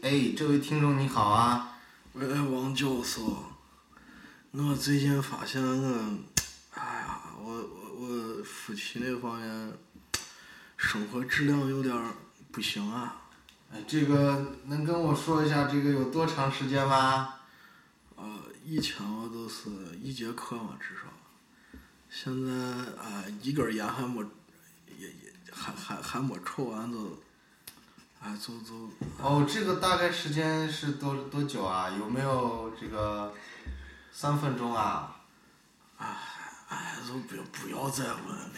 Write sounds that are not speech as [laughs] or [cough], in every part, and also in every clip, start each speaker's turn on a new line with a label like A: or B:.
A: 哎，这位听众你好啊，
B: 喂，王教授，我最近发现我，哎呀，我我我夫妻那方面，生活质量有点儿不行啊。
A: 哎，这个能跟我说一下这个有多长时间吗？
B: 呃，以前我都是一节课嘛，至少，现在啊、一根儿烟还没，也也还还还没抽完就，哎，就就
A: 哦，这个大概时间是多多久啊？有没有这个三分钟啊？
B: 哎，就不要不要再问了。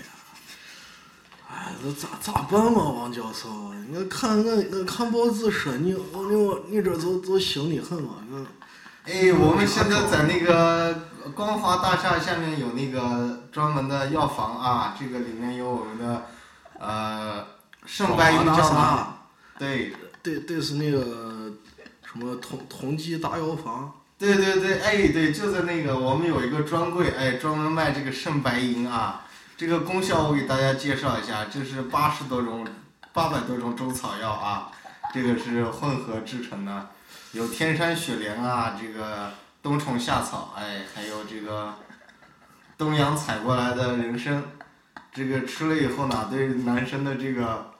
B: 哎，这咋咋办嘛，王教授？我看我我看报纸说你，我你我你这就就行的很嘛。我
A: 哎，我们现在在那个光华大厦下面有那个专门的药房啊，这个里面有我们的呃圣白云胶
B: 拿
A: 囊，
B: 啥？
A: 对。
B: 对对是那个什么同同济大药房。
A: 对对对，哎对，就在那个我们有一个专柜，哎，专门卖这个圣白银啊。这个功效我给大家介绍一下，这是八十多种、八百多种中草药啊，这个是混合制成的，有天山雪莲啊，这个冬虫夏草，哎，还有这个东洋采过来的人参，这个吃了以后呢，对男生的这个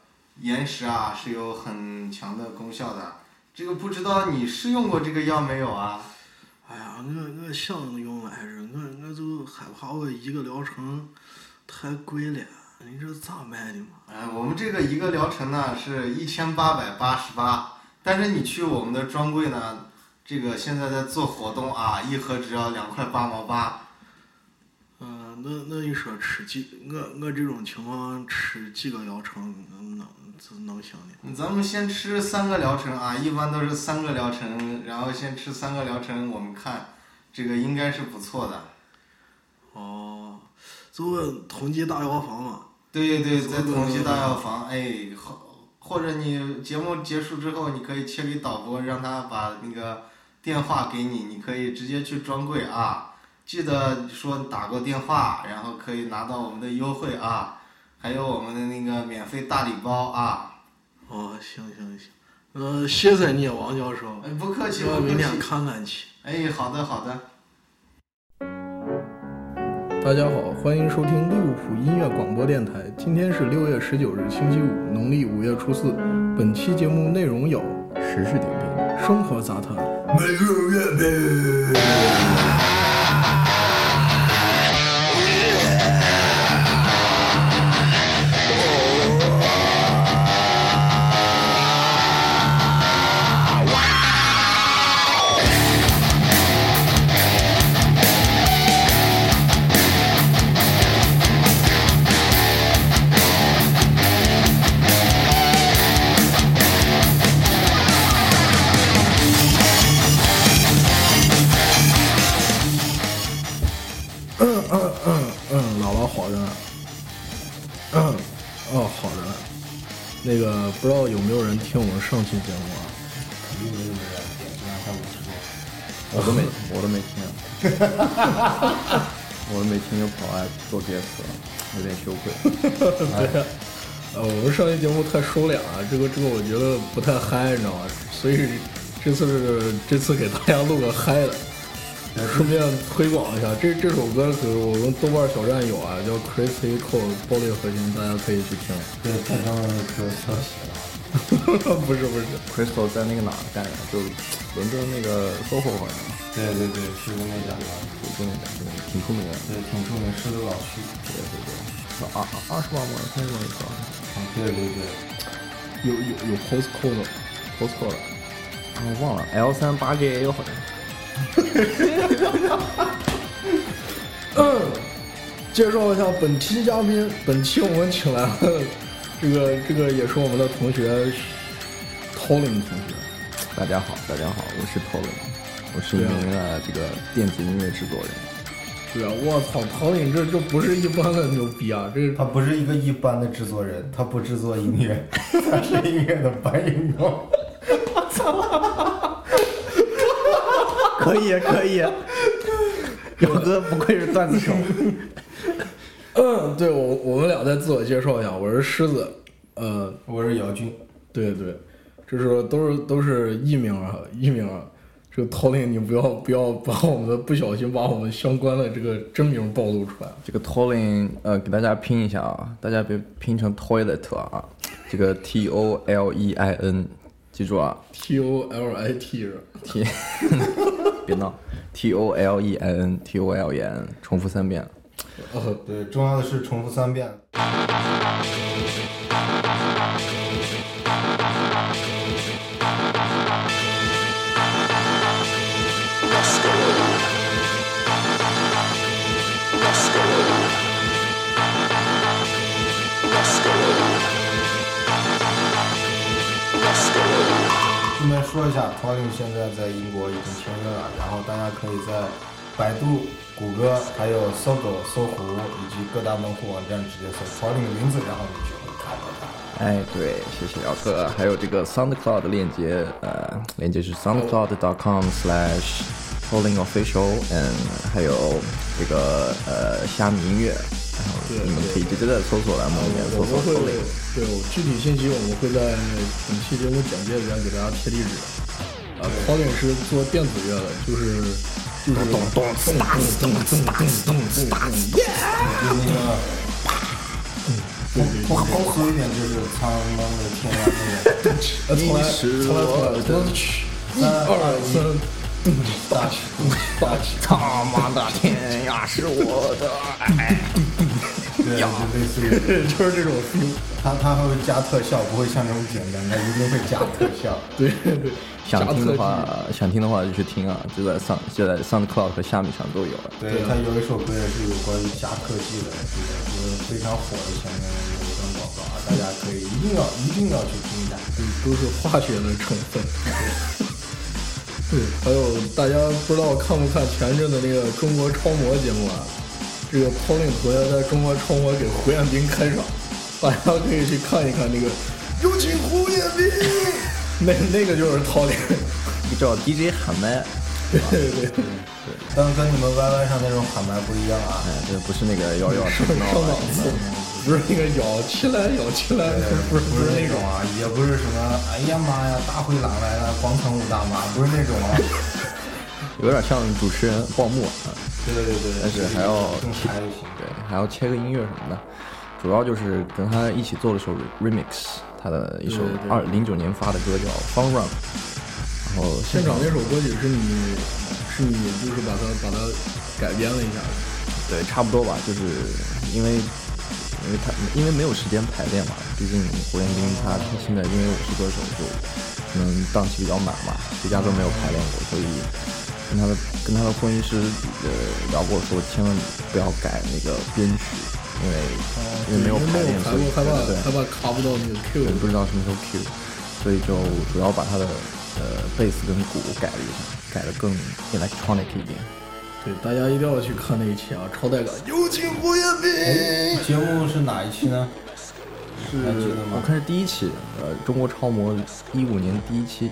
A: 岩石啊是有很强的功效的。这个不知道你试用过这个药没有啊？
B: 哎呀，我我想用来着，我我就害怕我一个疗程太贵了，你这咋卖的嘛？
A: 哎，我们这个一个疗程呢是一千八百八十八，但是你去我们的专柜呢，这个现在在做活动啊，一盒只要两块八毛八。
B: 嗯、那那你说吃几我我这种情况吃几个疗程能能这能行的？
A: 嗯咱们先吃三个疗程啊，一般都是三个疗程，然后先吃三个疗程，我们看这个应该是不错的。
B: 哦，就问同济大药房嘛，
A: 对对，在同济大药房，哎，或或者你节目结束之后，你可以切给导播，让他把那个电话给你，你可以直接去专柜啊，记得说打过电话，然后可以拿到我们的优惠啊，还有我们的那个免费大礼包啊，
B: 哦，行行行，呃，谢谢你，王教授，
A: 哎，不客气，
B: 我
A: 不客
B: 明天
A: 气，
B: 看看去。
A: 哎，好的好的。
C: 大家好，欢迎收听利物浦音乐广播电台。今天是六月十九日，星期五，农历五月初四。本期节目内容有
D: 时事点评。
C: 生活杂谈、
B: 每日月饼。
C: 嗯嗯嗯嗯，姥姥好着呢。嗯，哦好着呢。那个不知道有没有人听我们上期节目啊？
D: 我都没，我都没听， [laughs] 我都没听就跑来做这些词了，有点羞
C: [laughs]
D: 愧。
C: 呃，我们上期节目太收敛了，这个这个我觉得不太嗨，你知道吗？所以这次是这次给大家录个嗨的，也顺便推广一下。这这首歌可是我们豆瓣小站有啊，叫 Crazy Cole 暴力核心，大家可以去听。
E: 对，太他妈给我笑死了。
C: [laughs] 不是不是，
D: Crystal 在那个哪儿干的？就伦敦那个 SOHO 好像，
E: 对对对，是的那家店，
D: 就就那家，就那个挺出名的。
E: 对，挺出名，狮子老区。
D: 对对对，二二二十万吗？三十万一张
E: 嗯，对对对，
C: 有有有 Post Cole 吗
D: 投错了，我哦忘了 L 三八 GA 好像。
C: 嗯，介绍一下本期嘉宾，本期我们请来了这个这个也是我们的同学 t o l i n 同学。
D: 大家好，大家好，我是 Polly，我是一名呃这个电子音乐制作人。
C: 对啊，我操，陶颖这这不是一般的牛逼啊！这
E: 他不是一个一般的制作人，他不制作音乐，他是音乐的搬运工。
D: 可以可以， [laughs] 姚哥不愧是段子手。
C: 嗯，对我我们俩再自我介绍一下，我是狮子，呃，
E: 我是姚军，
C: 对对，这是都是都是艺名啊，艺名啊。这个 Tolin，你不要不要把我们的不小心把我们相关的这个真名暴露出来。
D: 这个 Tolin，呃，给大家拼一下啊，大家别拼成 toilet 啊，这个 T O L E I N，记住啊
C: T O L I T 是吧
D: ，T，别闹，T O L E I N，T O L E I N，重复三遍。
C: 呃
A: 对，重要的是重复三遍。顺便说一下 t o l i n 现在在英国已经签约了，然后大家可以在百度、谷歌、还有搜狗、搜狐以及各大门户网站直接搜 t o l i n 的名字，然后你就会看到它。
D: 哎，对，谢谢姚哥，还有这个 SoundCloud 的链接，呃，链接是 soundcloud.com/slash polling official，嗯，还有这个呃虾米音乐，然后你们可以直接在搜索栏目里面
C: 我
D: 搜
C: 们会
D: 索 polling。
C: 对我具体信息我们会在本期节目简介里面给大家贴地址。啊 t o l i n 是做电子乐的，就是就是咚咚咚咚咚咚咚咚，
A: 就那个，通通俗一点就是苍茫的天涯那个。
C: 呃，从来从来从来我去，一二三，大曲大曲。
D: 他妈的天呀，是我的爱！
A: 对，就类似于
C: 就是这种 feel。
A: 它，它还会加特效，不会像这种简单，它一定会加特效。
C: 对对，
D: 想听的
C: 夹
D: 话
C: 克，
D: 想听的话就去听啊，就在上就在 SoundCloud 和虾米上都有啊了。
A: 对，啊它有一首歌也是有关于加特技的，这个就是非常火的前面有一段广告啊，大家可以一定要一定要去听一下。
C: 机嗯都是化学的成分。 [laughs] 对，还有大家不知道看不看前阵的那个中国超模节目啊？这个 Pauline 同学在中国超模给胡彦斌开场，大家可以去看一看那个，有请胡彦斌。 [laughs] 那那个就是 Pauline，
D: 这个叫 DJ 喊麦，哎
C: 对对对，
A: 但跟你们 YY 上那种喊麦不一样啊，
D: 哎，这不是那个幺幺
C: 上
D: 闹
C: 上
D: 啊
C: 档次，不是那个咬起来咬起来，不是
A: 不
C: 不
A: 是
C: 是
A: 那
C: 那
A: 种
C: 种。
A: 啊，也不是什么哎呀妈呀大灰狼来了广场舞大妈，不是那种啊。
D: 有点像主持人报幕啊。
A: [laughs] 对对对，
D: 但是还要
A: 更嗨一些。
D: 对，还要切个音乐什么的，主要就是跟他一起做了首 remix，他的一首二零九年发的歌叫《Fun Run》，然后
C: 现场那首歌曲是你是你就是把它把它改编了一下。
D: 对差不多吧，就是因为因为他因为没有时间排练嘛，毕竟胡彦斌他现在因为我是歌手就可能档期比较满嘛，就压根没有排练过，所以。跟他的跟他的婚姻师呃聊过，说千万不要改那个编曲，因为、因为没有排
C: 哦没
D: 练，
C: 有排
D: 所以
C: 过，害怕
D: 对对对
C: 害怕卡不到你的 Q
D: 对，。不知道什么时候 Q，所以就主要把他的呃贝斯跟鼓改了一下，改的更 electronic 一点。
C: 对，大家一定要去看那一期啊，超带感。有请胡彦斌。
A: 哎节目是哪一期呢？是还记得
D: 我
A: 吗？
D: 看是第一期，呃，中国超模一五年第一期，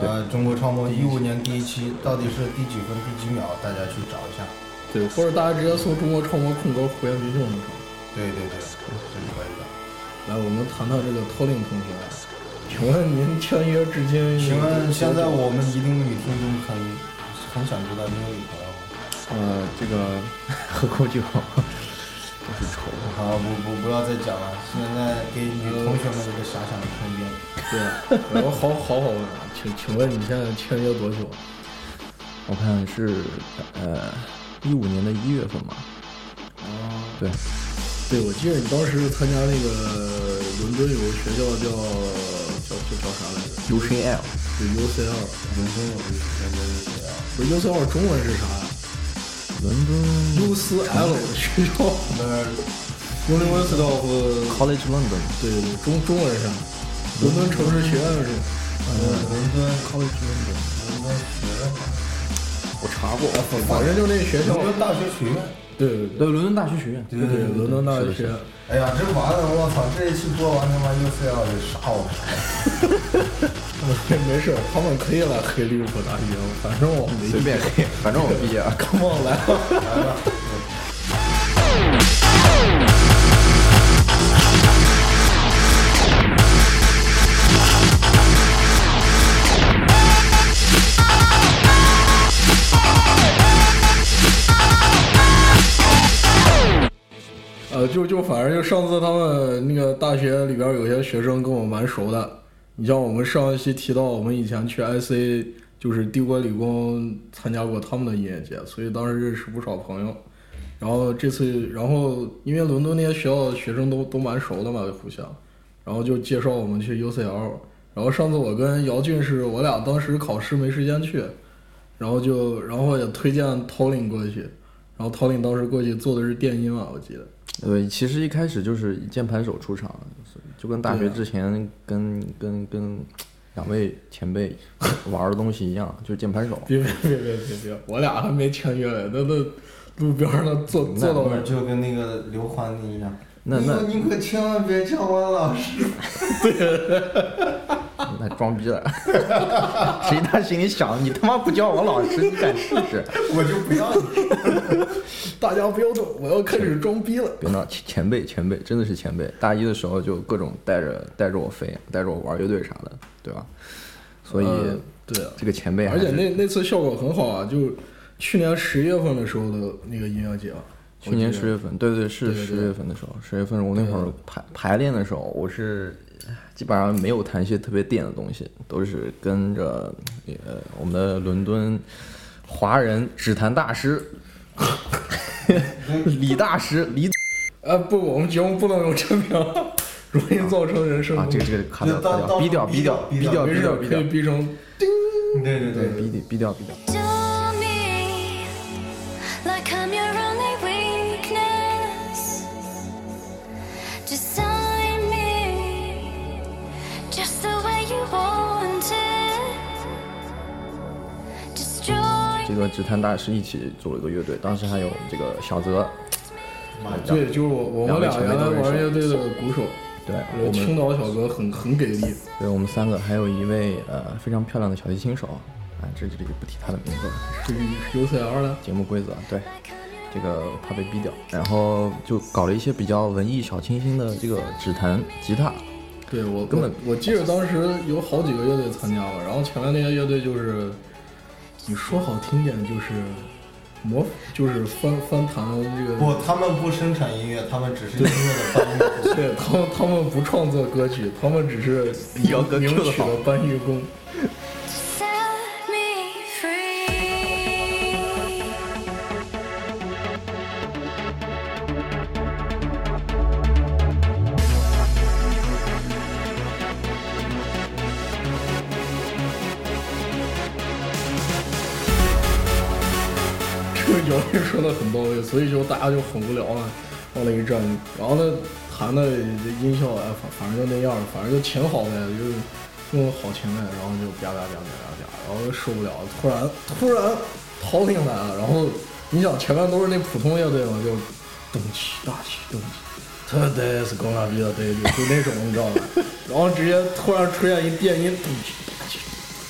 A: 呃，中国超模一五年第一期到底是第几分第几秒？大家去找一下。
C: 对，或者大家直接搜中国超模空格胡彦斌就能找。
A: 对对对，这是可以的。
C: 来，我们谈谈这个 t o l i n 同学啊，请问您签约至今？
A: 请问现在我们一定女听众很很想知道你有女朋友吗？
D: 呃，这个 [laughs] 喝过酒，真是丑。
A: 好，不不不要再讲了，现在给女同学们一个遐想的空间。
C: 对，然后好好好问啊，请请问你现在签约多久？啊
D: 我看是呃一五年的一月份吧。哦。对，
C: 对，我记得你当时参加那个伦敦有个学校叫叫叫叫啥来着？
D: UCL
C: 就 UCL，
A: 伦敦有一个人谁啊？
C: 不是 UCL 中文是啥啊呀
D: 伦敦
C: ？UCL 的学校
A: 那
C: University of
D: College London
C: 对对对，中中文是啥？伦敦城市学院是吗？
A: 伦敦 college 伦敦学院，
D: 我查过，
C: 反正就那学校
A: 伦。敦大学学院。
C: 对对对
D: 对，伦敦大学学院。
C: 对对，伦敦大学。
A: 哎呀，真完了！我操，这一期播完他妈 UCL 得杀我！
C: 没事，他们可以来黑利物浦大学，反正我没
D: 随便黑，反正我毕 [laughs] 业了。
C: come on 来吧。呃就反正就上次他们那个大学里边有些学生跟我蛮熟的，你像我们上一期提到我们以前去 IC 就是帝国理工参加过他们的音乐节，所以当时认识不少朋友。然后这次，然后因为伦敦那些学校的学生都都蛮熟的嘛，互相，然后就介绍我们去 UCL。然后上次我跟姚俊是我俩当时考试没时间去，然后就然后也推荐 Tolin 过去，然后 Tolin 当时过去做的是电音嘛，我记得。
D: 呃，其实一开始就是以键盘手出场，就跟大学之前跟、跟跟两位前辈玩的东西一样，就是键盘手。
C: 别别别别别别，我俩还没签约嘞，那那路边儿那坐坐到
A: 不
C: 那
A: 是
C: 儿，
A: 就跟那个刘欢一样。
D: 那
F: 你
D: 那
F: 可你可千万别叫我老师，
D: 那装逼了， [laughs] 谁他心里想，你他妈不叫我老师，你敢试试？
F: 我就不要你。
C: 大家不要动，我要开始装逼了。
D: 别闹，前前辈前辈真的是前辈。大一的时候就各种带着带着我飞，带着我玩乐队啥的，对吧？所以、
C: 呃对啊，
D: 这个前辈还
C: 而
D: 是，
C: 且那那次效果很好啊，就去年十月份的时候的那个音乐节，
D: 去年十
C: 月
D: 月份，对对是
C: 对对
D: 十月份的时候，十月份我那会儿排排练的时候，我是基本上没有弹一些特别电的东西，都是跟着呃我们的伦敦华人指弹
C: [laughs]
D: 大师李大师李
C: 哎不，我们节目不能用真名，容易造成人身
D: 啊
C: 攻
D: 这
C: 击。
D: 个这个卡掉
A: 就到
D: 卡
A: 到
C: [laughs]
D: 掉，逼掉
A: 逼
D: 掉
A: 掉
D: 逼掉
C: 没
D: 逼
C: 事
D: 掉
C: 儿，
D: 逼
C: 可
D: 掉
C: 以，逼成
A: 对对
D: 对
A: 对，
D: 逼掉逼掉逼掉。
G: Do me like I'm your only weakness. Design me just the way you want it. Destroy
D: 这个指弹大师一起组了一个乐队，当时还有这个小泽，
C: 对，就是我我们俩
D: 两位前
C: 原
D: 辈
C: 来
D: 都认识
C: 玩乐队的鼓手，
D: 对
C: 呃
D: 我
C: 青
D: 们
C: 岛小哥很很给力，
D: 对我们三个，还有一位呃非常漂亮的小提琴手，啊，这这里就不提他的名字了，
C: 是 UCL 的。
D: 节目规则对。这个怕被逼掉，然后就搞了一些比较文艺小清新的这个指弹吉他，
C: 对我
D: 根本
C: 我，我记得当时有好几个乐队参加了，然后前面那些乐队就是，你说好听点就是模，就是翻翻弹这个，
A: 不，他们不生产音乐，他们只是音乐的翻译。
C: 对他们他们不创作歌曲，他们只是
D: 姚哥
C: 名
D: Q 得
C: 曲
D: 好
C: 的搬运工。
G: set me free.
C: 这个姚晨说的很到位，所以就大家就很无聊了，往那一站，然后呢弹的音效哎，反反正就那样，反正就琴好呗，就是用好琴呗，然后就啪啪啪啪啪啪，然后就受不了了，突然突然逃命来了，然后你想前面都是那普通乐队嘛，就动起大起动起。Today is gonna be the day，就那种你知道吗？然后直接突然出现一电音，动起大起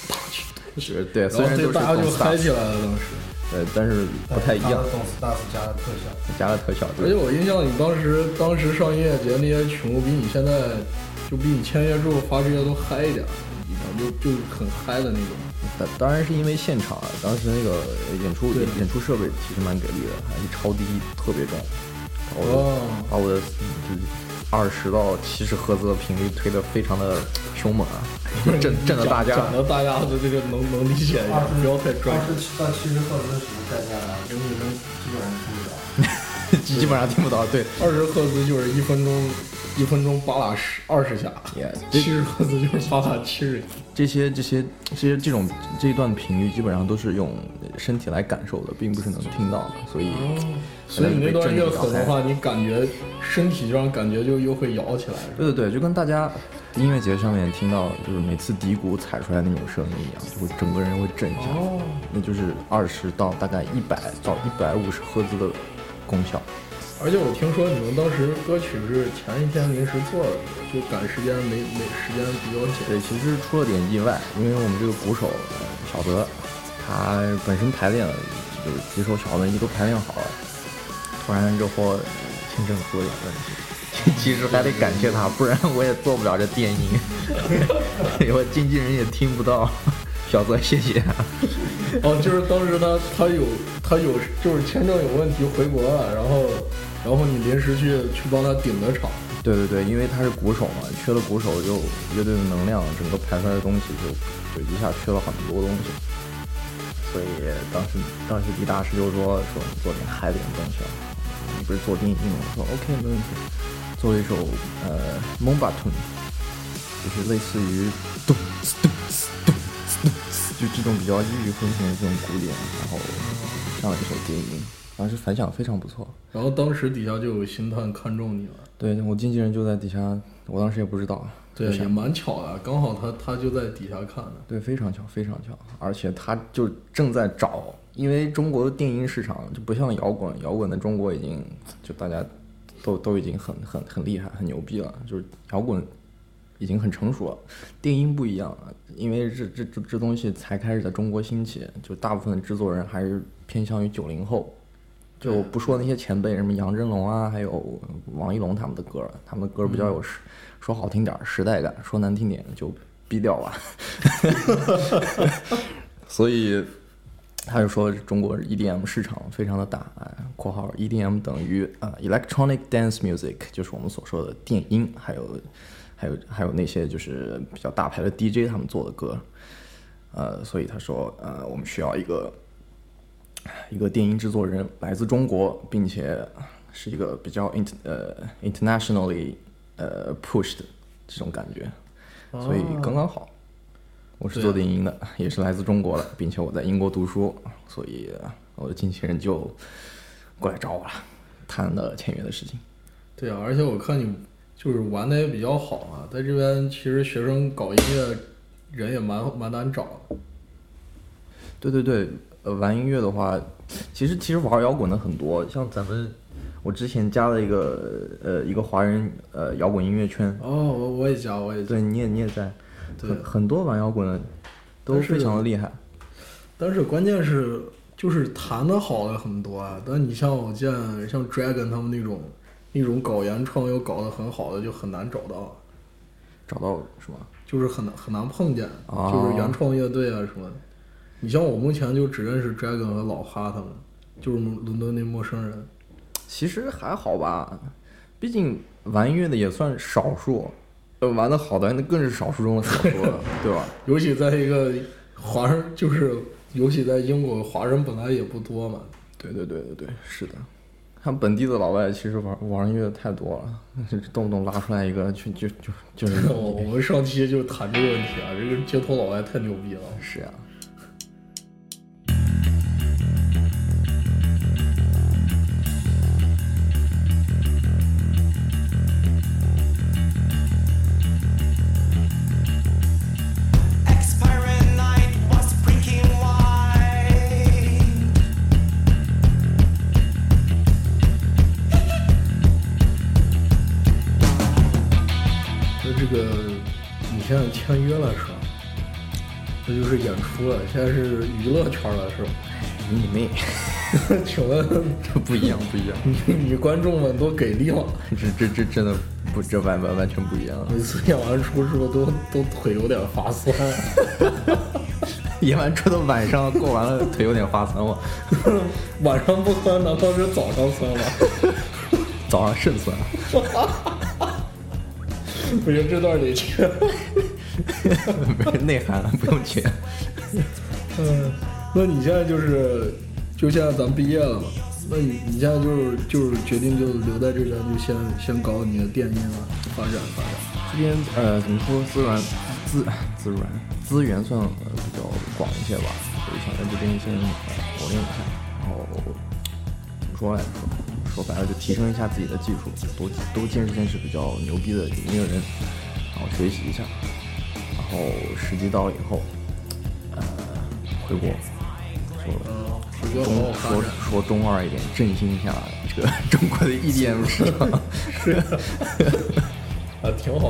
C: 大起，
D: 是对，
C: 然
D: 虽
C: 后
D: 然都
C: 对
D: 是
C: 大家就
D: Ghost
C: 嗨
D: Dance，
C: 起来了当时。
D: 呃，但是不太一样，
A: 董事大是加了特效，
D: 加了特效，
C: 而且
D: 对，
C: 我印象，你当时当时上音乐节那些曲目，比你现在就比你签约之后发这些都嗨一点，你知道就就很嗨的那种。
D: 当呃当然是因为现场啊，当时那个演出
C: 对
D: 演出设备其实蛮给力的，还是超低特别重，把我的、
C: 哦
D: 把我的就是二十到七十赫兹的频率推得非常的凶猛啊，
C: [laughs]
D: 震震得大家
C: 讲的大家的这个能能理解一下，不要太专
A: 二
C: 业。
A: 十七到七十赫兹是不是概念啊？给你们基本上听不了。
D: [laughs] 基基本上听不
C: [laughs]
D: 到，对，
C: 二十赫兹就是一分钟，一分钟八拉十二十下，
D: 也
C: 七十赫兹就是八拉七十。
D: 这些这些这些这种这一段频率基本上都是用身体来感受的，并不是能听到的，所以
C: 哦所以你那段
D: 乐
C: 越狠的话，你感觉身体就让感觉就又会摇起来。
D: 对对对，就跟大家音乐节上面听到就是每次底鼓踩出来那种声音一样，就会整个人会震一下，那就是二十到大概一百到一百五十赫兹的功效。
C: 而且我听说你们当时歌曲是前一天临时做的，就赶时间没没时间比较紧。
D: 对，其实出了点意外，因为我们这个鼓手呃小德，他本身排练了，就是几首小问题都排练好了，突然这货签证出了点问题，其实还得感谢他，不然我也做不了这电音， [laughs] 我经纪人也听不到。小泽，谢啊谢。
C: [laughs] 哦，就是当时他他有他有就是签证有问题回国了，然后然后你临时去去帮他顶个场，
D: 对对对，因为他是鼓手嘛，缺了鼓手就乐队的能量，整个排出来的东西就就一下缺了很多东西。所以当时当时李大师就说说你做点嗨点的东西啊，你不是做电影吗？我说 OK 没问题，做了一首呃 m o b a t o n 就是类似于咚呲咚呲咚呲咚呲，就这种比较异域风情的这种古典，然后上了一首电影，当时反响非常不错。
C: 然后当时底下就有星探看中你了。
D: 对我经纪人就在底下，我当时也不知道，
C: 对，也蛮巧的，刚好他他就在底下看的。
D: 对，非常巧，非常巧，而且他就正在找，因为中国的电音市场就不像摇滚，摇滚的中国已经就大家都都已经很很很厉害，很牛逼了，就是摇滚已经很成熟了，电音不一样了，因为这这这这东西才开始在中国兴起，就大部分的制作人还是偏向于九零后。就不说那些前辈，什么杨振龙啊，还有王一龙他们的歌了，他们的歌比较有时，说好听点儿时代感，说难听点就逼掉了。所以他就说中国 EDM 市场非常的大，哎（括号 EDM 等于啊、呃 Electronic Dance Music），就是我们所说的电音，还有还有还有那些就是比较大牌的 DJ 他们做的歌，呃，所以他说呃我们需要一个一个电音制作人，来自中国，并且是一个比较 int 呃 internationally 呃 pushed 的这种感觉，所以刚刚好。我是做电音的，也是来自中国的，并且我在英国读书，所以我的经纪人就过来找我了，谈了签约的事情。
C: 对啊，而且我看你就是玩的也比较好啊，在这边其实学生搞音乐人也蛮蛮难找的。
D: 对对对，呃，玩音乐的话，其实其实玩摇滚的很多，像咱们，我之前加了一个呃一个华人呃摇滚音乐圈，
C: 哦，我我也加，我也加。
D: 对，你也你也在，
C: 对
D: 很很多玩摇滚的都
C: 但是
D: 非常的厉害。
C: 但是关键是就是弹的好的很多啊，但你像我见像 Dragon 他们那种那种搞原创又搞得很好的就很难找到，
D: 找到是吗？
C: 就是很难很难碰见，
D: 哦
C: 就是原创乐队啊什么的。你像我目前就只认识 Dragon 和老哈他们，就是伦敦那陌生人。
D: 其实还好吧，毕竟玩音乐的也算少数，呃，玩的好的那更是少数中的少数了，对吧？ [laughs]
C: 尤其在一个华人，就是尤其在英国，华人本来也不多嘛。
D: 对对对对对，是的。他们本地的老外其实玩玩音乐的太多了，动不动拉出来一个去就就就是
C: [laughs] 我我们上期就谈这个问题啊，这个街头老外太牛逼了。
D: 是啊呀、
H: Expiring night was drinking wine.
C: 那这个你现在签约了是吧？那就是演出了，现在是娱乐圈了是吧？ [laughs]
D: 你妹，
C: 请问
D: 这 [laughs] 不一样不 [laughs] 一样，
C: 你你观众们都给力吗？
D: 这这这真的不这完完完全不一样。
C: 每次演完出是不是都都腿有点发酸？ [laughs]
D: 演完出的晚上过完了，腿有点发酸，我 [laughs]
C: 晚上不酸，难道是早上酸吗？ [laughs]
D: 早上肾酸。 [laughs]
C: 不行，这段得切。
D: 不是内涵了，不用去。
C: 嗯，那你现在就是，就现在咱们毕业了嘛？那你你现在就是就是决定就留在这边，就先先搞你的电音了，发展发展。
D: 这边呃，怎么说资源资资源资源算呃比较广一些吧，所以想在这边先呃磨练一下，然后怎么说来着？说白了就提升一下自己的技术，多多见识见识比较牛逼的音乐人，然后学习一下，然后时机到了以后，呃，回国。说
C: 我觉得好好
D: 中
C: 发
D: 说
C: 展。
D: 说中二一点，振兴一下这个中国的 EDM 市场。
C: 啊，挺好，挺好。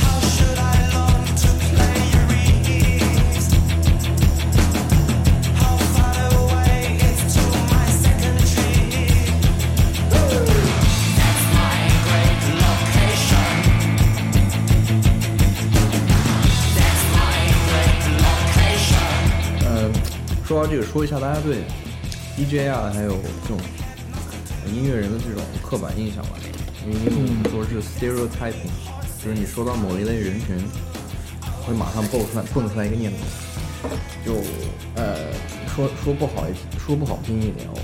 H: How should I long to play your ease? How far away is to my second tree? That's my great location. That's my great location.
D: 呃，说到这个，说一下大家对 DJ 啊，还有这种音乐人的这种刻板印象吧，因为英文说是 stereotyping，就是你说到某一类人群，会马上蹦出来蹦出来一个念头，就呃说说不好一说不好听一点哦，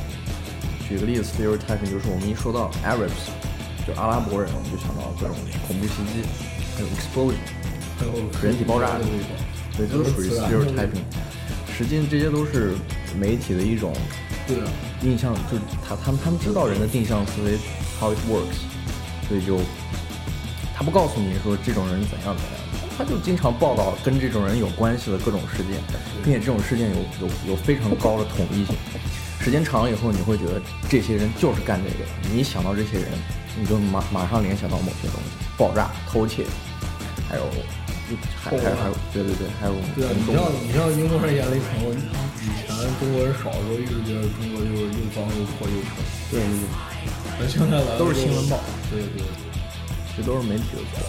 D: 举个例子，stereotyping 就是我们一说到 Arabs，就阿拉伯人，我们就想到各种恐怖袭击，还有 explosion。
C: 还有
D: 人体爆炸
C: 的那
D: 的那
C: 种
D: 种，对，这都属于 stereotyping。实际上这些都是媒体的一种
C: 对啊，
D: 印象，就是他他们他们知道人的定向思维 how it works，所以就他不告诉你说这种人怎样怎样，他就经常报道跟这种人有关系的各种事件，并且这种事件有有有非常高的统一性。时间长了以后，你会觉得这些人就是干这个的。你一想到这些人，你就马马上联想到某些东西：爆炸、偷窃，还有还还还有对对对，还有
C: 对啊，你
D: 种
C: 让你让英国人眼里可能以前中国人少的时候一直觉得中国就是又脏又破又丑，
D: 对，
C: 但现在来了
D: 都是新闻报，
C: 对对，
D: 这都是媒体的错。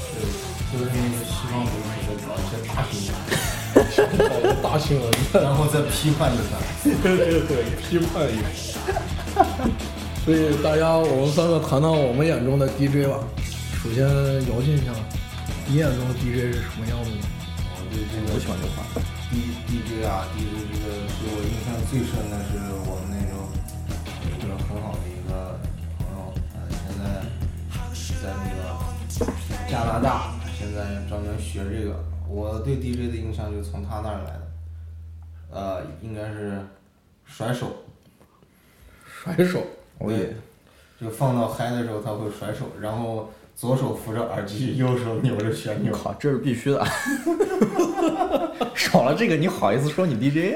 A: 就是那个西方媒体在搞一些大新闻，
C: 搞个大新闻， [laughs]
A: 然后再批判一番。
C: 对对对，批判一下。所以大家，我们三个谈谈我们眼中的 DJ 吧。首先，姚劲一下，啊你眼中的 DJ 是什么样子呢？
A: 我对这个
D: 我喜欢这话，
A: D D J 啊，D J 这个给我印象最深的是我们那时候有一个很好的一个朋友，呃，现在在那个加拿大，现在专门学这个。我对 D J 的印象就是从他那儿来的，呃，应该是甩手，
C: 甩手，
D: 我也
A: 就放到嗨的时候他会甩手，然后左手扶着耳机，右手扭着旋钮
D: 我。靠，这是必须的。 [laughs] 少了这个，你好意思说你 DJ？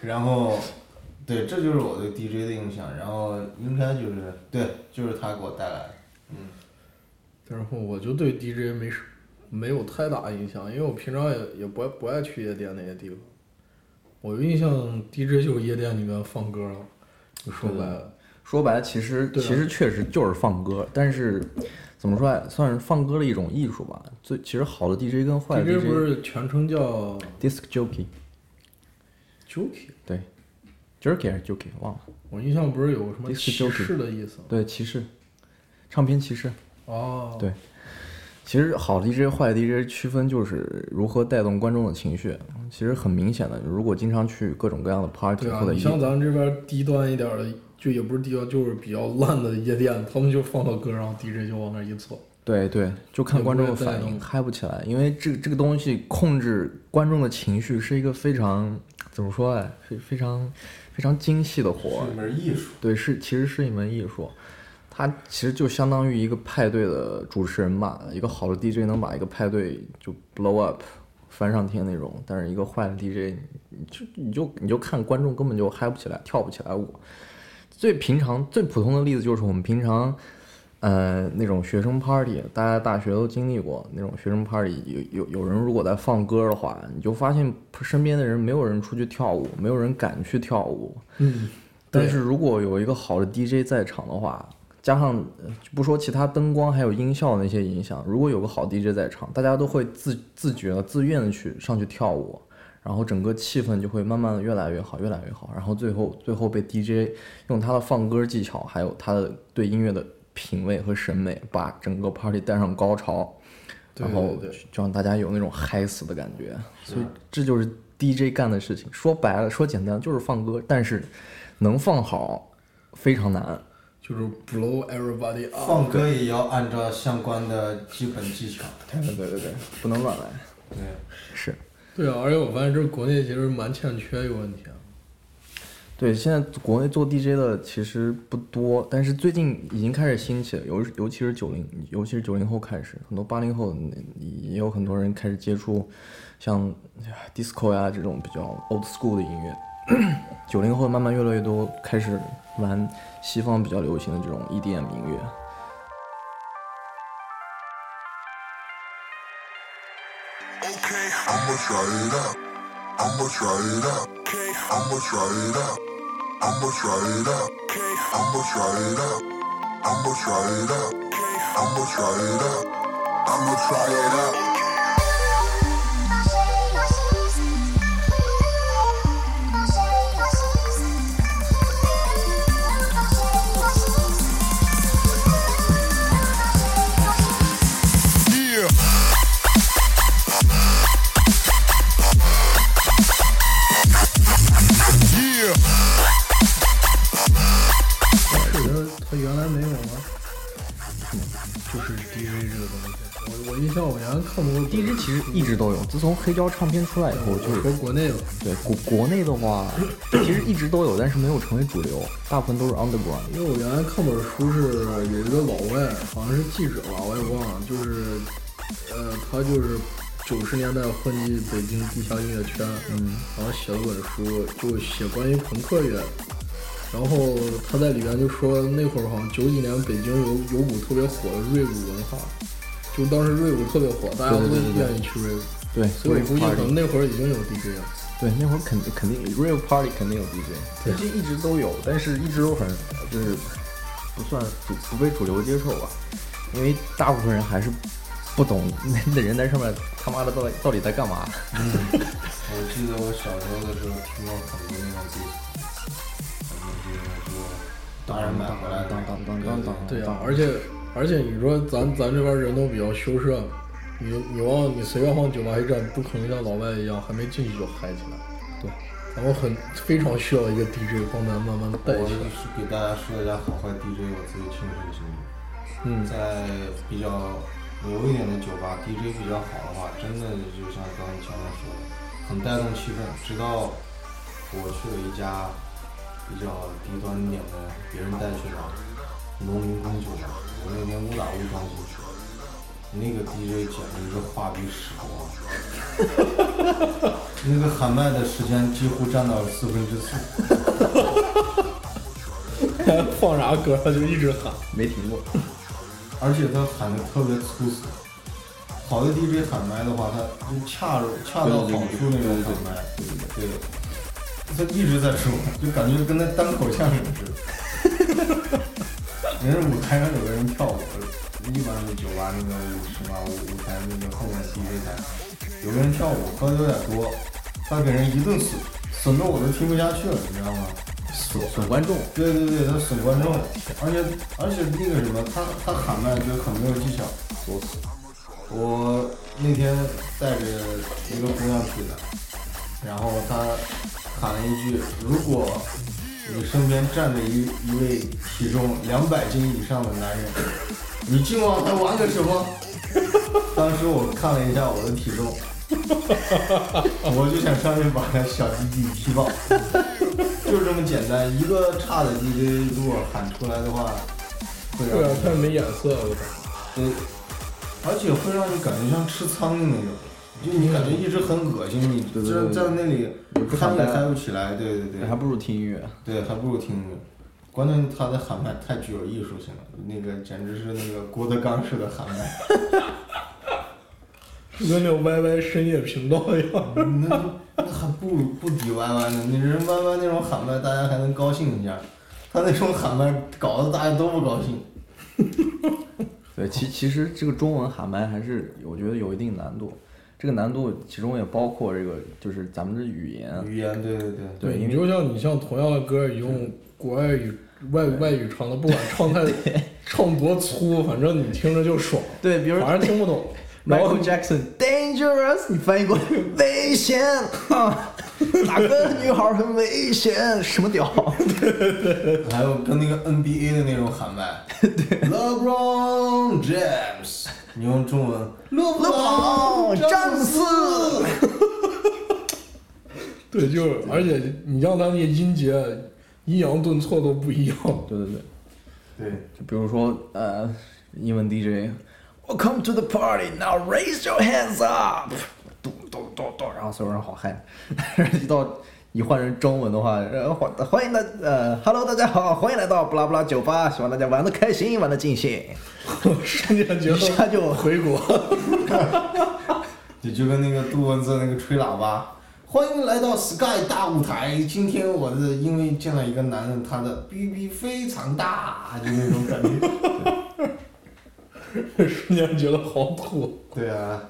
A: 然后，对，这就是我对 DJ 的印象。然后应该就是对，就是他给我带来的。嗯，
C: 然后我就对 DJ 没什没有太大印象，因为我平常也也不爱不爱去夜店那些地方。我有印象 DJ 就是夜店里面放歌了，就说白了，
D: 说白了，其实
C: 对啊
D: 其实确实就是放歌，但是怎么说呀，算是放歌的一种艺术吧。最其实好的 DJ 跟坏的
C: DJ
D: DJ
C: 不是全称叫
D: disc jockey，
C: Jokey，
D: 对，jerky 还是 jockey 忘了，
C: 我印象不是有什么
D: Disc
C: 歧视的意思吗？
D: 对，骑士，唱片骑士，
C: 哦，
D: 对其实好 DJ 坏 DJ 区分就是如何带动观众的情绪。其实很明显的，如果经常去各种各样的 party
C: 对啊
D: 或，者
C: 你
D: 一
C: 像咱们这边低端一点的，就也不是低端，就是比较烂的夜店，他们就放到歌，然后 DJ 就往那儿一坐。
D: 对对，就看
C: 也
D: 观
C: 不
D: 众的
C: 会带
D: 反应，
C: 动
D: 嗨不起来，因为这这个东西控制观众的情绪是一个非常怎么说哎，非非常非常精细的活儿
A: 是一，门艺术。
D: 对，是其实是一门艺术，它其实就相当于一个派对的主持人吧，一个好的 DJ 能把一个派对就 blow up 翻上天那种，但是一个坏的 DJ 你就你就你就看观众根本就嗨不起来，跳不起来舞。最平常最普通的例子就是我们平常。呃，那种学生 party，大家大学都经历过那种学生 party，有有有人如果在放歌的话，你就发现身边的人没有人出去跳舞，没有人敢去跳舞，
C: 嗯，
D: 但是如果有一个好的 DJ 在场的话，加上呃就不说其他灯光还有音效那些影响，如果有个好 DJ 在场，大家都会自自觉的、自愿的去上去跳舞，然后整个气氛就会慢慢的越来越好，越来越好，然后最后最后被 DJ 用他的放歌技巧，还有他的对音乐的品味和审美，把整个 party 带上高潮，
C: 对
D: 然后
C: 对对
D: 就让大家有那种嗨死的感觉。所以这就是啊 DJ 干的事情。说白了，说简单就是放歌，但是能放好非常难。
C: 就是 blow everybody up。
A: 放歌也要按照相关的基本技巧。
D: 对对对对，不能乱来。
A: 对，
D: 是
C: 对啊，而且我发现这国内其实蛮欠缺一个问题啊。
D: 对，现在国内做 DJ 的其实不多，但是最近已经开始兴起了，尤尤其是九零，尤其是九零后开始，很多八零后也有很多人开始接触像哎呀 disco 呀、这种比较 old school 的音乐。九零后慢慢越来越多开始玩西方比较流行的这种 EDM 音乐。啊
H: Okay, I'ma try it out. I'ma try it out. Okay, I'ma try it out. I'ma try it out. Okay, I'ma try it out. I'ma try it out. Okay, I'ma try it out. I'ma try it out.
G: Thank you.
C: 啊嗯我我印象我原来看过
D: 第一支其实一直都有，自从黑胶唱片出来以后，就是
C: 和国内的，
D: 对国国内的话，其实一直都有，但是没有成为主流，大部分都是 underground。
C: 因为我原来看本书是有一个老外，好像是记者吧，我也忘了，就是，呃，他就是九十年代混迹北京地下音乐圈，嗯，然后写了本书，就写关于朋克乐。然后他在里面就说，那会儿好像九几年北京有有股特别火的瑞鼓文化，就当时瑞鼓特别火，大家都
D: 对对对对
C: 愿意去瑞鼓，
D: 对，
C: 所以我估计
D: Rave
C: 可
D: Party
C: 能那会儿已经有 DJ 了。
D: 对，那会儿肯定肯定 real party 肯定有 DJ，对，就一直都有，但是一直都很就是不算主不被主流接受吧，因为大部分人还是不懂那那人在上面他妈的到底到底在干嘛。
A: 我记得我小时候的时候听过很多那种歌，很多就是说大人买回来的，
D: 当当当当当
C: 对呀、而且而且你说咱咱这边人都比较羞涩，你你往你随便往酒吧一站，不可能像老外一样还没进去就嗨起来。对，咱们很非常需要一个 DJ 帮咱慢慢带
A: 我
C: 起
A: 就
C: 来。
A: 是给大家说一下好坏 DJ 我自己亲身经历。
C: 嗯
A: 在比较牛一点的酒吧，DJ 比较好的话，真的就像刚才强强说的，很带动气氛。直到我去了一家比较低端一点的，别人带去的农民工酒吧，我那天误打误撞进去，那个 DJ 简直是画笔使活，那个喊麦的时间几乎占到了四分之四。
C: 放啥歌他就一直喊，
D: 没停 [laughs] 过，
A: 而且他喊的特别粗俗。好的 DJ 喊麦的话，他就恰入恰到好处那种喊麦，对对对，他一直在说，就感觉跟那单口相声似的。人家舞台上有个人跳舞，一般是酒吧那个舞池嘛，舞舞台那个后面 DJ 台，有个人跳舞喝的有点多，他给人一顿损，损的我都听不下去了，你知道吗？
D: 损损观众，
A: 对对对，他损观众，而且而且那个什么，他他喊麦就很没有技巧。
D: 作死。
A: 我那天带着一个姑娘去的，然后她喊了一句：“如果你身边站着一一位体重两百斤以上的男人，你今晚还玩个什么？”当时我看了一下我的体
D: [laughs]
A: 重，我就想上去把那小鸡鸡踢爆，就这么简单。一个差的 DJ 如果喊出来的话，会让
C: 对啊
A: 人，
C: 太没眼色了，我操！
A: 对，而且会让你感觉像吃苍蝇那种，就你感觉一直很恶心，你
D: 对对对
A: 站在那里
D: 不
A: 嗨
D: 想
A: 也
D: 待
A: 嗨不起来，对对对，
D: 还不如听音乐。
A: 对还不如听着。关键他的喊麦太具有艺术性了，那个简直是那个郭德纲式的喊麦，
C: 就跟那种 YY 深夜频道一样。
A: 那那还不不敌 YY 呢？你人 YY 那种喊麦，大家还能高兴一下，他那种喊麦搞得大家都不高兴。
D: 对，其其实这个中文喊麦还是我觉得有一定难度，这个难度其中也包括这个就是咱们的语言，啊
A: 语言，对对对，
D: 对，因
C: 你
D: 为
C: 就像你像同样的歌，你用国外语外外语唱的，不管唱太唱多粗，反正你听着就爽，
D: 对，比如
C: 反正听不懂。 [laughs] 然后
D: Michael Jackson Dangerous，你翻译过来危 [laughs] 险啊，哪个女孩很危险？什么屌？
A: 还有跟那个 NBA 的那种喊麦，对，LeBron James，你用中文，勒布
D: 朗詹姆斯
C: 对，就是，而且你让他那个音节、抑扬顿挫都不一样。
D: [laughs]
C: [laughs]
D: 对对对，
A: 对，
D: 就比如说呃，英文 DJ。Welcome to the party. Now raise your hands up. 咚咚咚咚，然后所有人好嗨。 [laughs] 一到一换成中文的话，呃，欢欢迎大呃，Hello，大家好，欢迎来到布拉布拉酒吧，希望大家玩的开心，玩的尽 [laughs] 兴。
C: 瞬间觉
D: [laughs] 一下
C: 得
D: 就
C: 回国，
A: 你就跟那个杜文泽那个吹喇叭，欢迎来到 Sky 大舞台。今天我是因为见到一个男人，他的 BB 非常大，就那种感觉。
C: 瞬间觉得好土。
A: 对啊，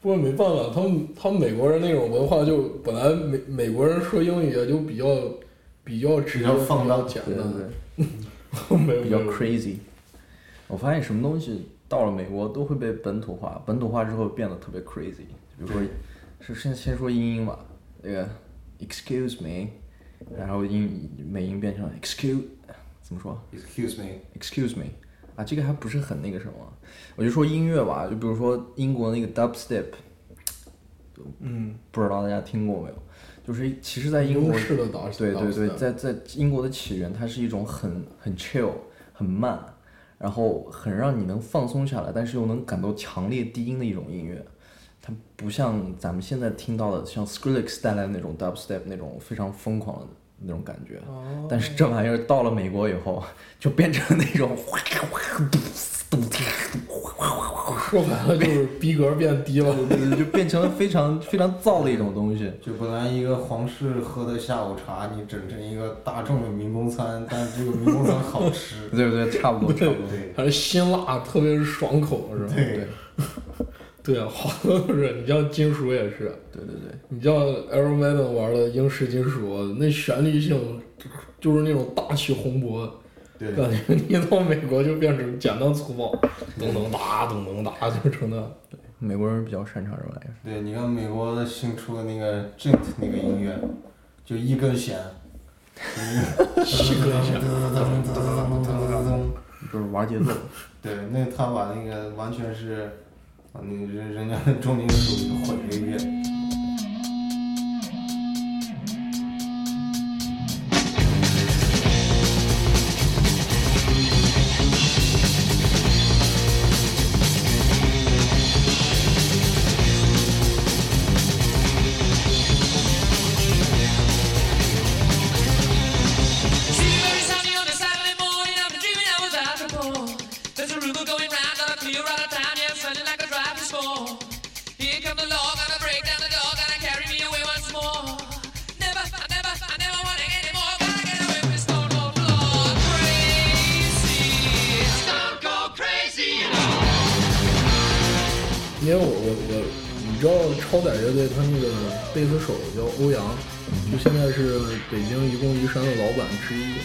C: 不过没办法，他们他们美国人那种文化就本来美美国人说英语也就比较比较直
A: 比
C: 接、
A: 较放荡
C: 简
D: 对对
C: 单
D: 对。，
C: 没有
D: 比较
C: 没有
D: crazy。我发现什么东西到了美国都会被本土化，本土化之后变得特别 crazy。比如说，是先先说英音吧，那个 excuse me，然后英美音变成 excuse，怎么说
A: ，Excuse me，
D: excuse me，啊，这个还不是很那个什么。我就说音乐吧，就比如说英国那个 dubstep，
C: 嗯，
D: 不知道大家听过没有？就是其实，在英国
C: 英式的 dub-
D: 对对对，
C: dubstep
D: 在在英国的起源，它是一种很很 chill、很慢，然后很让你能放松下来，但是又能感到强烈低音的一种音乐。它不像咱们现在听到的，像 Skrillex 带来的那种 dubstep 那种非常疯狂的那种感觉。但是这玩意儿到了美国以后，就变成那种 [laughs]
C: 说白了就是逼格变低了。
D: 就变成了非常非常燥的一种东西。。
A: 就本来一个皇室喝的下午茶，你整成一个大众的民工餐，但是这个民工餐好吃
D: 对不对？差不多，差不多。
A: 对，
C: 还是辛辣，特别是爽口，是吧？
A: 对
C: 对， [laughs] 对啊，好多都是。你像金属也是，
D: 对对对，
C: 你像 Aeromedon 玩的英式金属，那旋律性就是那种大气宏博，
A: 对
C: 感觉你到美国就变成简单粗暴，咚咚哒，咚咚哒，就成那。
D: 美国人比较擅长这玩意儿。
A: 对，你看美国新出的那个 Gent 那个音乐，就一根弦，一
D: 啊
A: 根弦，
D: 就是玩节奏，
A: 对，那他把那个完全是，啊，那人人家的重金属毁了一遍。
I: Dreaming every Sunday on the Saturday morning, I've been dreaming I was out before. There's a rumor going round that I clear out of town, yeah, smelling like a driving score. Here come the law, gonna break down the door, gonna carry me away once more. Never, I never, I never want it anymore. Gotta get away from this stone cold floor. Crazy, stone cold crazy, you know.
C: 因为我我我，你知道超载乐队他那个贝斯手叫欧阳，
D: 嗯
C: 就现在是北京愚公移山的老板之一。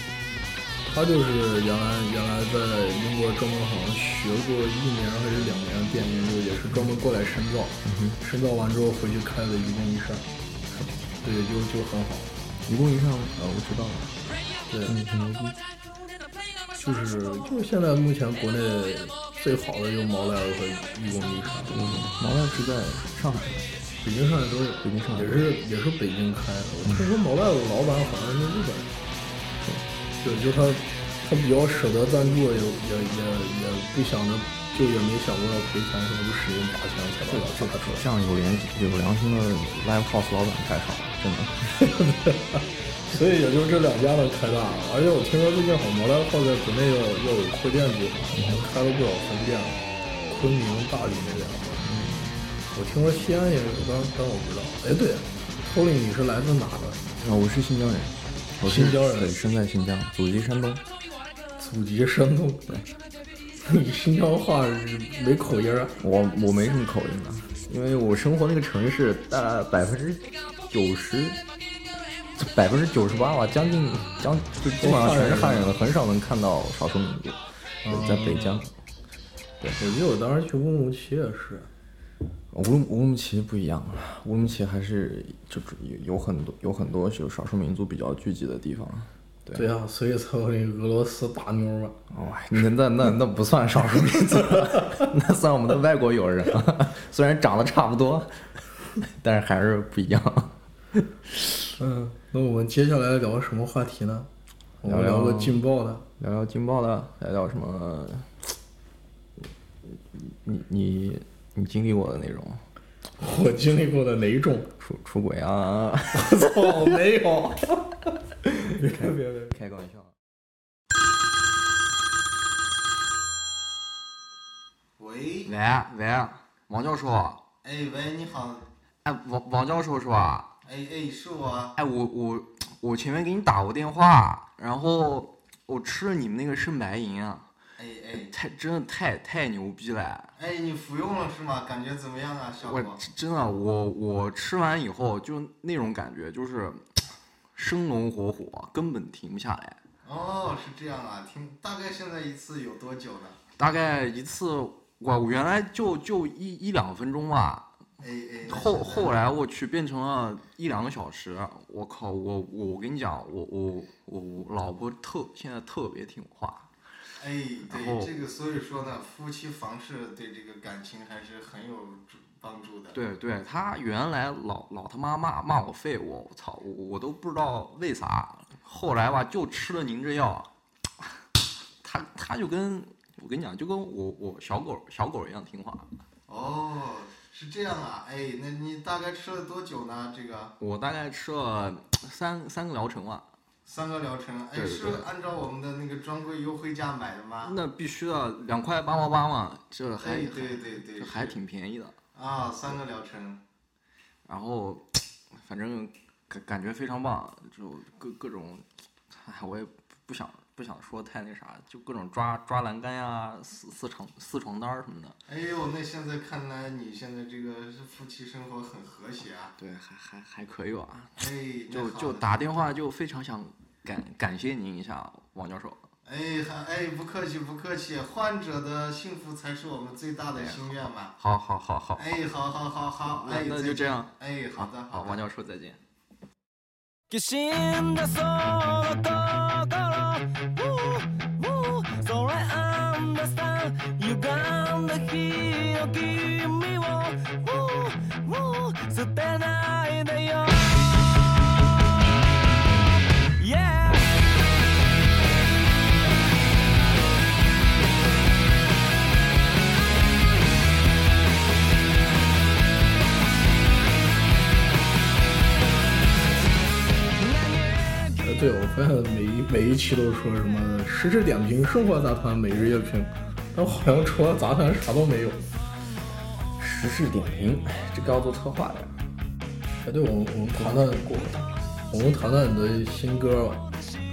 C: 他就是原来原来在英国专门好像学过一年还是两年电音，就也是专门过来深造，
D: 嗯
C: 深造完之后回去开的愚公移山，对，就就很好。
D: 一共一上，呃，我知道了，
C: 对，
I: 就
C: 就是
I: 是
C: 就是现在目前国内最好的就是毛莱尔和愚公移山，
D: 毛亮是在上海，
C: 北京、上海都有，北京、上海也是也是北京开的。我听说毛外的老板好像是日本人，对，就他他比较舍得赞助，也也也也不想着，就也没想过要赔钱，可能就使劲砸钱才把它做出来。
D: 这样有良有良心的 live house 老板太少了，真的。
C: 所以也就这两家能开大了。而且我听说最近好像毛莱号在国内要要有扩店计划，好像开了不少分店，昆明、大理那边。我听说西安也有，但但我不知道。哎，对 t o n y 你是来自哪的？
D: 啊，我是新疆人，我是
C: 新疆人
D: 对，身在新疆，祖籍山东。
C: 祖籍山东。你新疆话是没口音啊？
D: 我我没什么口音的，啊因为我生活那个城市大概百分之九十，百分之九十八吧，将近将就基本上全是汉人了，很少能看到少数民族。呃对在北疆，
C: 我记得我当时去乌鲁木齐也是，
D: 乌鲁乌鲁木齐不一样，啊乌鲁木齐还是就是有有很多有很多有少数民族比较聚集的地方。对，
C: 对啊，所以才有那个俄罗斯大妞嘛。
D: 哦，那那那那不算少数民族， [laughs] 那算我们的外国友人， [laughs] 虽然长得差不多， [laughs] 但是还是不一样。
C: 嗯，那我们接下来聊什么话题呢？我们
D: 聊聊
C: 聊个劲爆的。
D: 聊聊劲爆的，聊聊什么？你你你经历过的那种
C: 我经历过的哪一种？
D: 出出轨啊？ [laughs]
C: 我哦没有。 [laughs] 别别别！
D: 开个玩笑。
F: 喂，
J: 喂喂，王教授，啊
F: 哎喂，你好，
J: 哎，王王教授是吧？
F: 哎哎，是我，
J: 哎，我我我前面给你打过电话，然后我吃了你们那个圣白银啊，
F: 哎哎
J: 太真的太太牛逼了！
F: 哎，你服用了是吗？感觉怎么样啊，效
J: 我
F: 果？
J: 真的我我吃完以后就那种感觉，就是生龙活虎，啊根本停不下来。
F: 哦，是这样啊，听，大概现在一次有多久呢？
J: 大概一次我我原来就就一一两分钟吧，
F: 哎哎，
J: 后后来我去变成了一两个小时，我靠，我我我跟你讲，我我我我老婆特现在特别听话，
A: 哎，
D: 然后
A: 对这个，所以说呢，夫妻房事对这个感情还是很有助帮助的。
D: 对对，他原来老老他妈骂骂我废物，我操，我我都不知道为啥。后来吧，就吃了您这药，他他就跟我跟你讲，就跟我我小狗小狗一样听话。
A: 哦，是这样啊，哎，那你大概吃了多久呢？这个
D: 我大概吃了三三个疗程吧，
A: 三个疗程，哎，
D: 对对
A: 是
D: 对
A: 按照我们的那个专柜优惠价买的吗？
D: 那必须的，两块八毛八嘛，这还、
A: 哎，啊对对对，
D: 这还
A: 是
D: 挺便宜的。
A: 啊，三个疗程，
D: 然后反正感感觉非常棒，就各各种，哎，我也不想不想说太那啥，就各种抓抓栏杆呀、撕撕床撕床单儿什么的。
A: 哎呦，那现在看来你现在这个是夫妻生活很和谐啊，
D: 对，还还还可以吧。
A: 哎，那
D: 啊就
A: 好
D: 就
A: 的，
D: 打电话就非常想感感谢您一下，王教授。
A: 哎，还哎，不客气不客气，患者的幸福才是我们最大的心愿嘛，
D: 好好好好，
A: 哎，好好好好，
D: 那
A: 哎，
D: 那
A: 再
D: 就这
A: 见，
D: 样。
A: 哎，好的
D: 好，
A: 好的，
D: 王教授再见。
K: きしんだその心 Woo, woo, So I understand 歪んだ日の君を Woo, woo, 捨てないでよ Yeah
L: 呃，对，我发现每一每一期都说什么时事点评、生活杂谈、每日乐评，但好像除了杂谈啥都没有。
C: 时事点评，哎这个要做策划的呀。
L: 哎，对，我们我们谈谈过，我们谈谈你的新歌吧。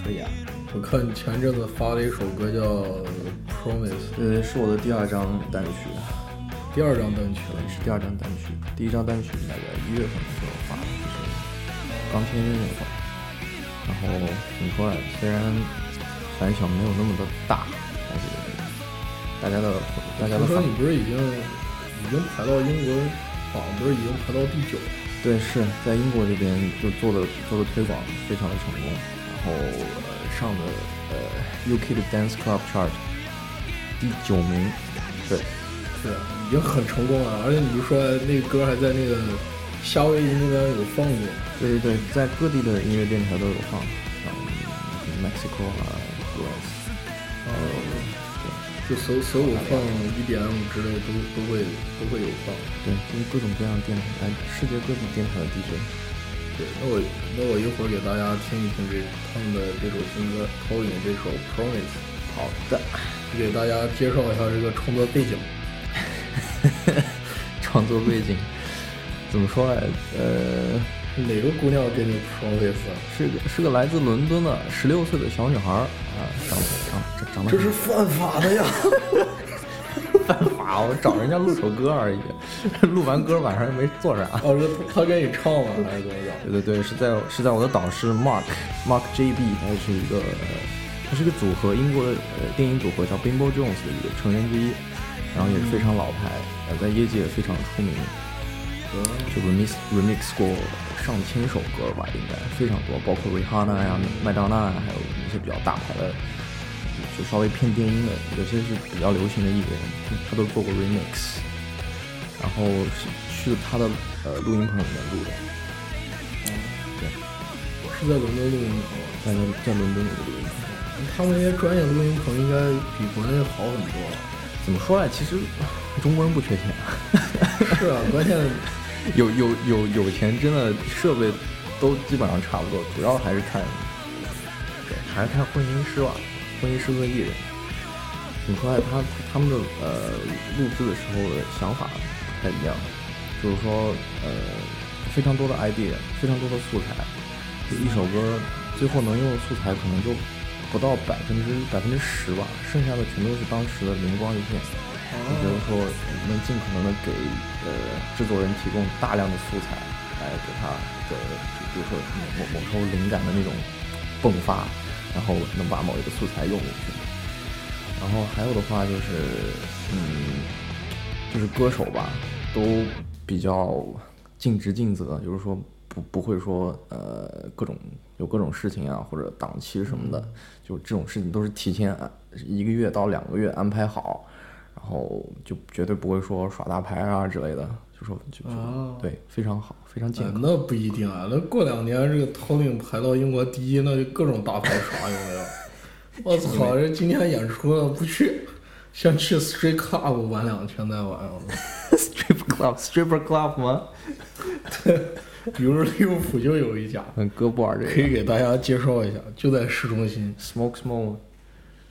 C: 可以啊，
L: 我看你前阵子发了一首歌叫《Promise
C: 呃，是我的第二张单曲，》，啊
L: 第二张单曲了。
C: 对，是第二张单曲。第一张单曲是大概一月份的时候发的，就是刚签约那会儿。然后怎么说来，虽然反响没有那么的大，但是大家的大家的
L: 听说
C: 反
L: 你不是已经已经排到英国榜，不是已经排到第九了？
C: 对，是在英国这边就做的做的推广非常的成功，然后呃上的呃 UK 的 Dance Club Chart 第九名，对，
L: 是，啊已经很成功了。而且你说那歌还在那个夏威夷那边有放过，
C: 对对对，在各地的音乐电台都有放，像 Mexico 啊，US，
L: 就所所有放一点五之类都都会都会有放。
C: 对，就是各种各样的电台，哎，世界各地电台的 DJ，
L: 对，那我那我一会儿给大家听一听这他们的这首新歌《投影》这首《Promise》。
C: 好的，
L: 给大家介绍一下这个创作背景。
C: [laughs] 创作背景怎么说来，呃。
L: 哪个姑娘给你 promise？啊
C: 是个是个来自伦敦的十六岁的小女孩儿啊，长长长长得
L: 这是犯法的
C: [laughs]
L: 呀！
C: 办法，我找人家录首歌而已，录完歌晚上也没做啥。
L: 哦，是他他给你唱完还是怎么着？
C: [laughs] 对对对，是在是在我的导师 Mark Mark JB，他是一个呃他是一个组合，英国的呃电影组合叫 Bimbo Jones 的一个成员之一，然后也是非常老牌，呃在业界也非常出名，就 remix remix 过上千首歌吧，应该非常多，包括 Rihanna 呀、麦当娜呀，还有一些比较大牌的，就稍微偏电音的，有些是比较流行的艺人，他他都做过 remix，然后是去他的呃录音棚里面录的。
L: 是在伦敦录音棚吗，
C: 在伦在伦敦有个录音棚。
L: 他们那些专业录音棚应该比国内好很多。
C: 怎么说呢？其实 [laughs] 中国人不缺钱，
L: [laughs] 是啊，关键
C: [laughs] 有有有有钱，真的设备都基本上差不多，主要还是看，对，还是看混音师吧，混音师和艺人。怎么说呢？他他们的呃录制的时候的想法不太一样，就是说呃非常多的 idea，非常多的素材，就一首歌最后能用的素材可能就不到百分之百分之十吧，剩下的全都是当时的灵光一现。也就是说，能尽可能的给呃制作人提供大量的素材，来给他的，就比如说某某某时候灵感的那种迸发，然后能把某一个素材用进去。然后还有的话就是，嗯，就是歌手吧，都比较尽职尽责，就是说不不会说
D: 嗯
C: 呃各种有各种事情啊或者档期什么的，就这种事情都是提前安
D: 一个月到两个月安排好，然后就绝对不会说耍大牌啊之类的，就说就就
C: 哦
D: 对，非常好，非常健
C: 哎
D: 康。
C: 那不一定啊，那过两年这个 t o n 排到英国第一，那就各种大牌耍有 [laughs] 没有？我操，这今天演出了不去，先去 Street Club 玩两天再玩。我
D: strip [laughs] club stripper club 吗？
C: 比如利物浦就有一家，
D: 嗯，哥不玩这
C: 可
D: 个。
C: 以给大家介绍一下，就在市中心
D: Smoke smoke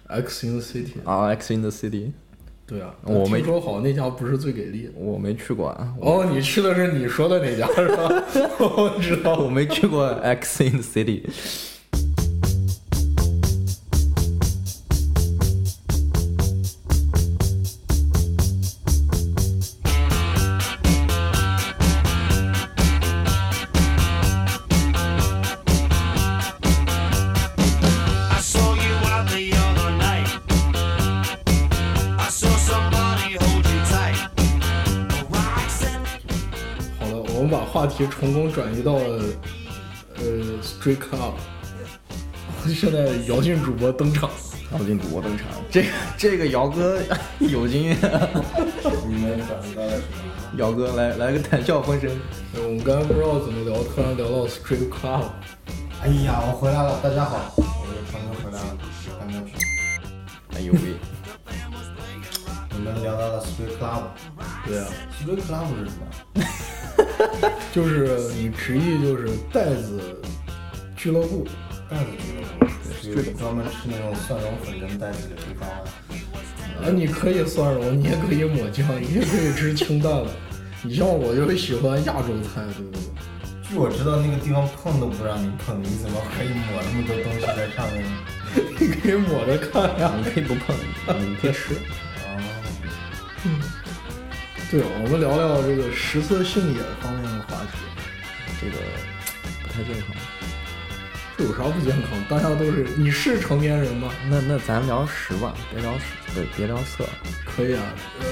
C: X in City。
D: 啊，X in the city，
C: 对啊，
D: 我没
C: 听说好那家不是最给力的。
D: 我没去过啊，我
C: 哦，你去的是你说的那家是吧？我知道。
D: 我没去过 [laughs] X in the city。 [laughs]
K: I saw you out the other night. I saw somebody hold you tight. Roxanne.
C: 好了，我们把话题成功转移到了呃 Street Club。现在姚俊主播登场，
D: 姚劲主播登场，这个这个姚哥有经验，
A: 你们转移到了什么？
D: 姚哥来来个谈笑风生。
C: 呃我们刚才不知道怎么聊，突然聊到 Street Club。
A: 哎呀，我回来了，大家好，我的朋友回来了，刚刚去。
D: 哎呦喂，
A: 你们聊到了 Street Club。
C: 对啊，
A: Street Club 是什么？
C: 就是你直译就是袋子俱乐部，
A: 袋子俱乐部是有专门吃那种蒜蓉粉跟袋子的地方啊。
C: 啊，你可以蒜蓉，你也可以抹酱，你也可以吃清淡的。你像我就是喜欢亚洲菜，对不对？ [laughs]
A: 据我知道，那个地方碰都不让你碰，你怎么可以抹那么多东西在上面呢？
C: 你可以抹着看呀。
D: 你可以不碰，你可以吃。
A: 哦，
C: 对，我们聊聊这个食色性也方面的话题。
D: 这个不太健康。
C: 这有啥不健康？大家都是，你是成年人吗？
D: 那那咱聊食吧，别聊食，对，别聊色。
C: 可以啊，呃，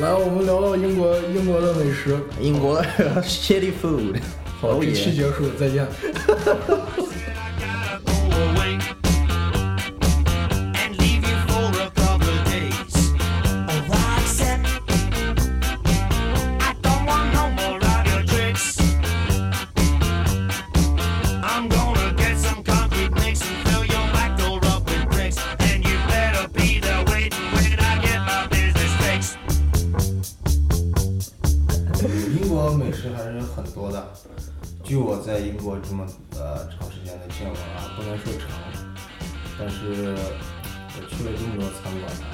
C: 来，我们聊聊英国英国的美食。
D: 英国 [laughs] shitty food，Oh
C: 好，这期结束，再见。
K: gotta go away and leave you for a couple of days. Oh, Roxanne, I don't want no more of your tricks. I'm gonna get some concrete mix and fill your back door up with bricks. And you better be there waiting when I get my business fixed.
A: 英国美食还是很多的。据我在英国这么呃长时间的见闻啊，不能说长，但是我去了这么多餐馆啊，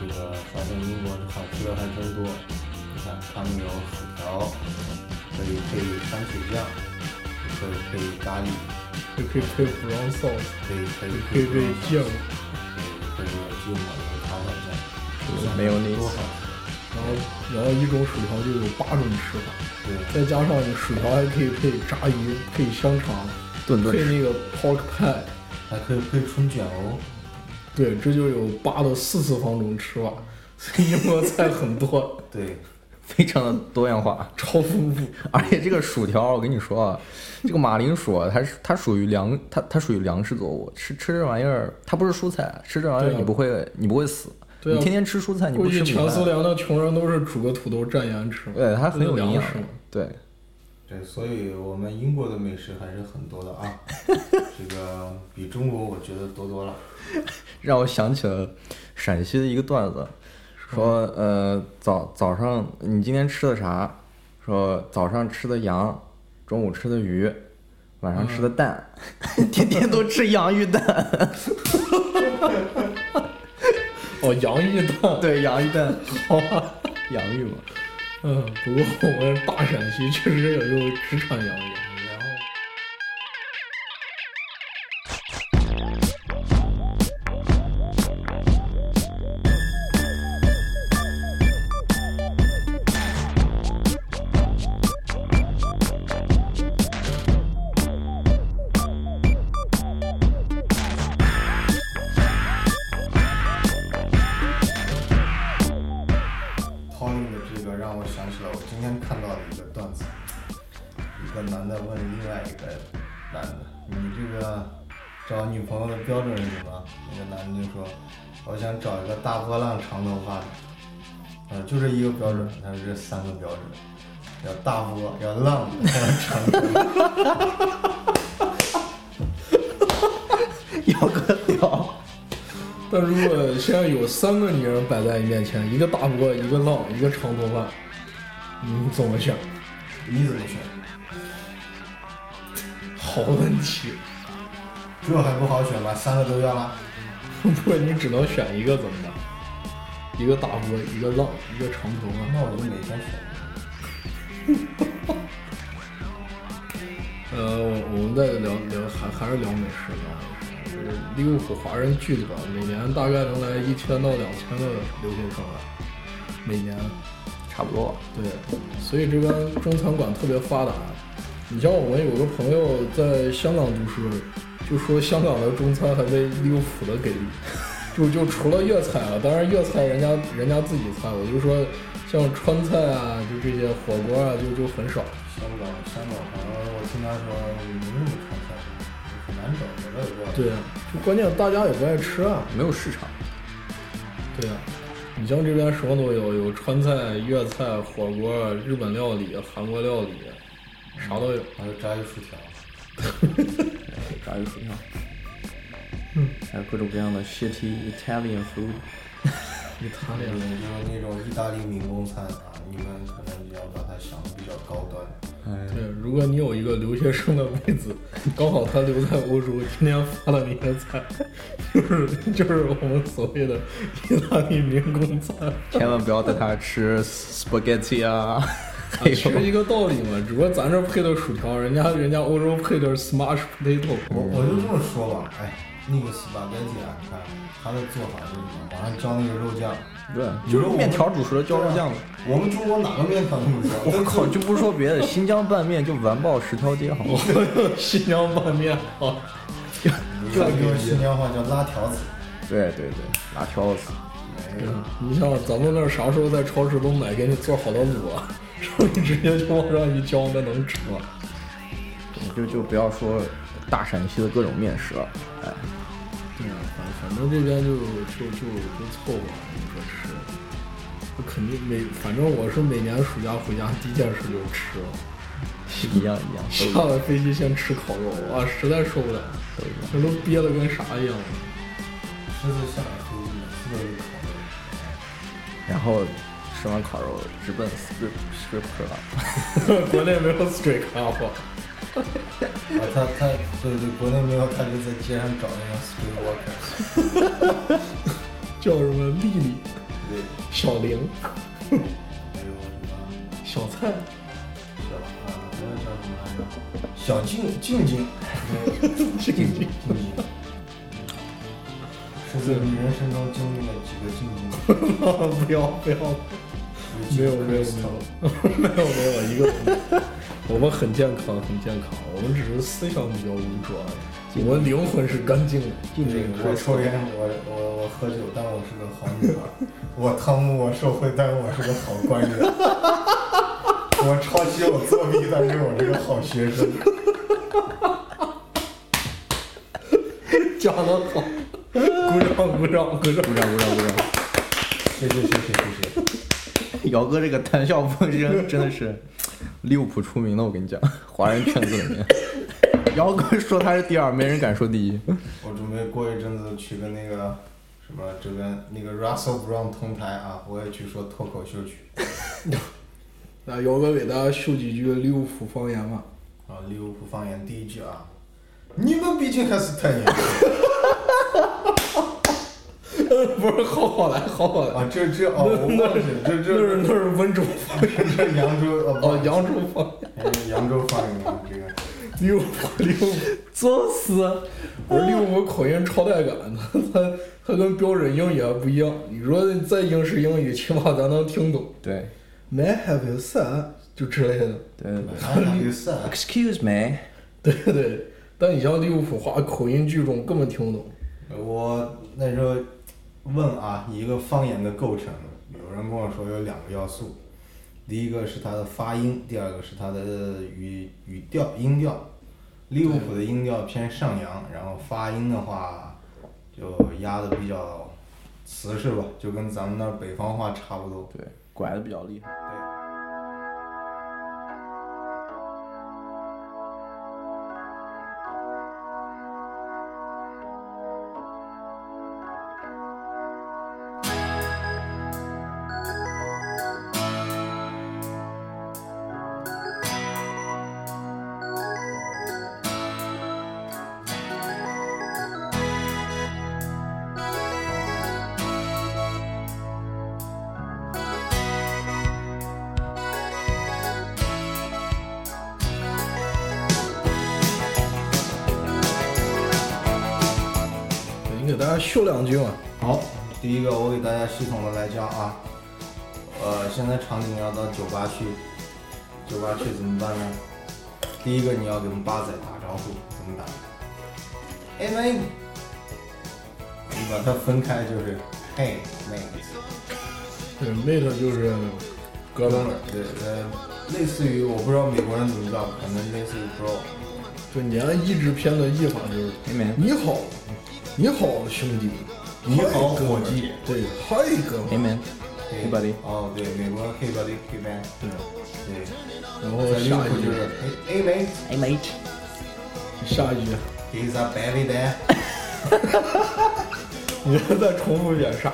A: 这个发现英国好吃的还真多。你看，他们有薯条，可以配番茄酱，可以配咖喱，
C: 也可以配 brown sauce，
A: 可以配
C: 也可以配酱，
A: 可以配芥末、糖粉酱，
D: 没有那
A: 多好
C: 然后然后一种薯条就有八种吃法，
A: 吃。对。
C: 再加上你薯条还可以配炸鱼、配香肠、
D: 顿顿
C: 配那个 pork pie，
A: 还可以配春卷哦。
C: 对，这就有八到四次方种吃法，所以英国菜很多，
A: 对，
D: 非常的多样化。
C: [laughs] 超丰富。
D: 而且这个薯条，我跟你说啊，这个马铃薯啊它是它属于粮，它它属于粮食作物，吃吃这玩意儿，它不是蔬菜，吃这玩意儿
C: 对啊
D: 你不会你不会死，
C: 对啊
D: 你天天吃蔬菜你
C: 估
D: 不
C: 计
D: 吃米
C: 全苏
D: 饭，
C: 联的穷人都是煮个土豆蘸盐吃，
D: 对它很有
C: 粮
D: 营养
C: 食嘛，，
D: 对，
A: 对，所以我们英国的美食还是很多的
D: [laughs]
A: 啊。这个比中国我觉得多多了。
D: 让我想起了陕西的一个段子，说呃早早上你今天吃的啥？说早上吃的羊，中午吃的鱼，晚上吃
C: 嗯
D: 的蛋， [laughs] 天天都吃洋芋蛋， [laughs]
C: 哦，洋芋蛋，
D: 对洋芋蛋， [laughs]
C: 好吧。
D: 洋芋嘛。
C: 嗯，不过我们大陕西确实也就只产洋芋，然后
D: [laughs]
A: 抛硬的这个让我想起了我今天看到的一个段子，一个男的问另外一个男的：“你这个找女朋友的标准是什么？那个男的就说，我想找一个大波浪长头发的，呃，就这一个标准，他说这三个标准，要大波，要浪，要长头发。
D: 要个屌，
C: [laughs] 但如果现在有三个女人摆在你面前，一个大波，一个浪，一个长头发，你怎么选？
A: 你怎么选？
C: 好问题，
A: 这还不好选吗？三个都要吗？
C: 如果你只能选一个怎么办？一个大波，一个浪，一个长啊头发。
A: 那我就每天选。
C: 呃，我们再聊聊，还还是聊美食吧。就是利物浦华人聚集吧，每年大概能来一千到两千个留学生来，每年。
D: 差不多吧。
C: 对，所以这边中餐馆特别发达。你像我们有个朋友在香港读书，就说香港的中餐还没利物浦的给力，就就除了粤菜啊，当然粤菜人家人家自己菜，我就说像川菜啊，就这些火锅啊，就就很少。
A: 香港，香港好像我听他说没什么川菜，很难找，有的有的。
C: 对，啊，就关键大家也不爱吃啊。
D: 没有市场，
C: 对啊，你像这边什么都有，有川菜、粤菜、火锅、日本料理、韩国料理，啥都有。
D: 嗯
A: 还有炸鱼薯条，
D: 炸鱼薯条，嗯，还有各种各样的 shitty Italian food。
C: 你谈
A: 对，
C: 恋爱，
A: 就是那种意大利民工餐啊，你们可能就要把它想的比较高端。
C: 对，如果你有一个留学生的妹子， [laughs] 刚好她留在欧洲，天天发的那些菜， [laughs] 就是就是我们所谓的意大利民工餐，
D: 千万不要带他吃 spaghetti 啊，
A: 哎
D: 还
C: 其实
D: 有
C: 一个道理嘛。只不过咱这配的薯条，人家人家欧洲配的是 smash potato， [laughs]
A: 我我就这么说吧，哎，那个斯巴盖蒂啊，你看它的做法就是什么，往上浇那个肉酱，
D: 对，就是面条煮熟了浇肉酱的。
A: 我们中国哪个面条那么香？
D: [laughs] 我靠，就不说别的，新疆拌面就完爆十条街，好吗？
C: 新疆拌面啊，
A: 这个新疆话叫拉条子，
D: [laughs] 对对对，拉条子。
C: 你像咱们那儿啥时候在超市都买给你做好的卤啊，然后你直接就往上一浇，那能吃吗？
D: 就就不要说大陕西的各种面食了，哎，
C: 对啊，反反正这边就就就就凑合，你说吃，我肯定每反正我是每年暑假回家第一件事就是吃 [laughs] 了，
D: 一样一样都一
C: 下
D: 样
C: 了飞机先吃烤肉，啊，实在受不了，
D: 都一样。
C: 这都憋得跟啥一样了。 [laughs]
A: 狮子下来飞机每次都是烤肉。
D: 然后吃完烤肉直奔 strip strip club，
C: 国内没有 straight up，
A: 啊，他他对对，国内没有，他就在街上找那种 street walker。
C: 叫什么丽丽、
A: 对，
C: 小玲、
A: 还有什么
C: 小 [laughs] 蔡，
A: 小啊，那个叫什么来着？小静静静， [laughs]
C: 静静，
A: 静静，是在你人生中经历了几个静静？
C: 不要不 [laughs] 要，没有没有没有没有没有一个都没有，我们很健康很健康，我们只是思想比较污浊而已，我们灵魂是干净的。
A: 静静，我抽烟，我我我喝酒，但我是个好女儿。我汤姆，我受贿，但我是个好官员。 [laughs] 我抄袭，我作弊，但是我是个好学生。
C: 讲得好，鼓掌鼓掌鼓掌！
D: 鼓掌鼓掌鼓掌！
A: 谢谢谢谢谢谢。
D: [laughs] 姚哥这个谈笑风 [laughs] 生真的是利物浦出名的，我跟 [laughs] 你讲，华人圈子里 [laughs] 面，姚哥说他是第二，没人敢说第一。
A: 我准备过一阵子去跟那个什么这边那个 Russell Brown 同台啊，我也去说脱口秀去
C: 那姚哥给大家秀几句利物浦方言吧。
A: 啊，利物浦方言第一句啊，你们毕竟还是太年轻
C: 不是，好好来，好好来，
A: [laughs] 啊，这这哦，我忘记了，这
C: 那是
A: 这
C: 那是温州方言
A: 这这扬州哦，
C: 哦，扬州方言，
A: 扬 [laughs] 扬州方言啊这个，
C: 利物浦利物浦，作死！我利物浦口音超带感的， [laughs] 他他跟标准英语还不一样。你说再英式英语，起码咱能听懂。
D: 对
C: May I have your son？就之类的。
D: 对对对
A: 还有赛，
D: ，Excuse me，
C: 对对，但你像利物浦话，口音巨重，根本听不懂。
A: 我那时候问啊，一个方言的构成，有人跟我说有两个要素，第一个是它的发音，第二个是它的语语调音调。利物浦的音调偏上扬，然后发音的话就压的比较瓷实吧，就跟咱们那儿北方话差不多。
D: 对，拐的比较厉害。
C: 你给大家秀两句嘛。
A: 好，第一个我给大家系统的来教啊，呃，现在场景要到酒吧去，酒吧去怎么办呢？第一个你要跟八仔打招呼，怎么打？哎妹，你把它分开就是嘿妹，
C: 对，mate 就是
A: 哥
C: 哥们
A: 们
C: 儿
A: 儿，，对，呃，类似于我不知道美国人怎么叫，可能类似于 bro，
C: 就你按一直偏的译法就是
D: 哎妹
C: 你好，你好兄弟，
A: 你好
C: 嗨哥们儿
A: 伙计
C: 对，嗨哥们儿，
D: Hey man，
A: 嘿
D: Hey buddy
A: 哦对，美国人 hey buddy hey man，
C: 对
A: 对，
C: 然后
A: 在利物
C: 下
A: 浦
C: 一句
A: 就是哎哎妹
C: 下一句，
A: ，he's a belly there。
C: 你再重复一遍啥？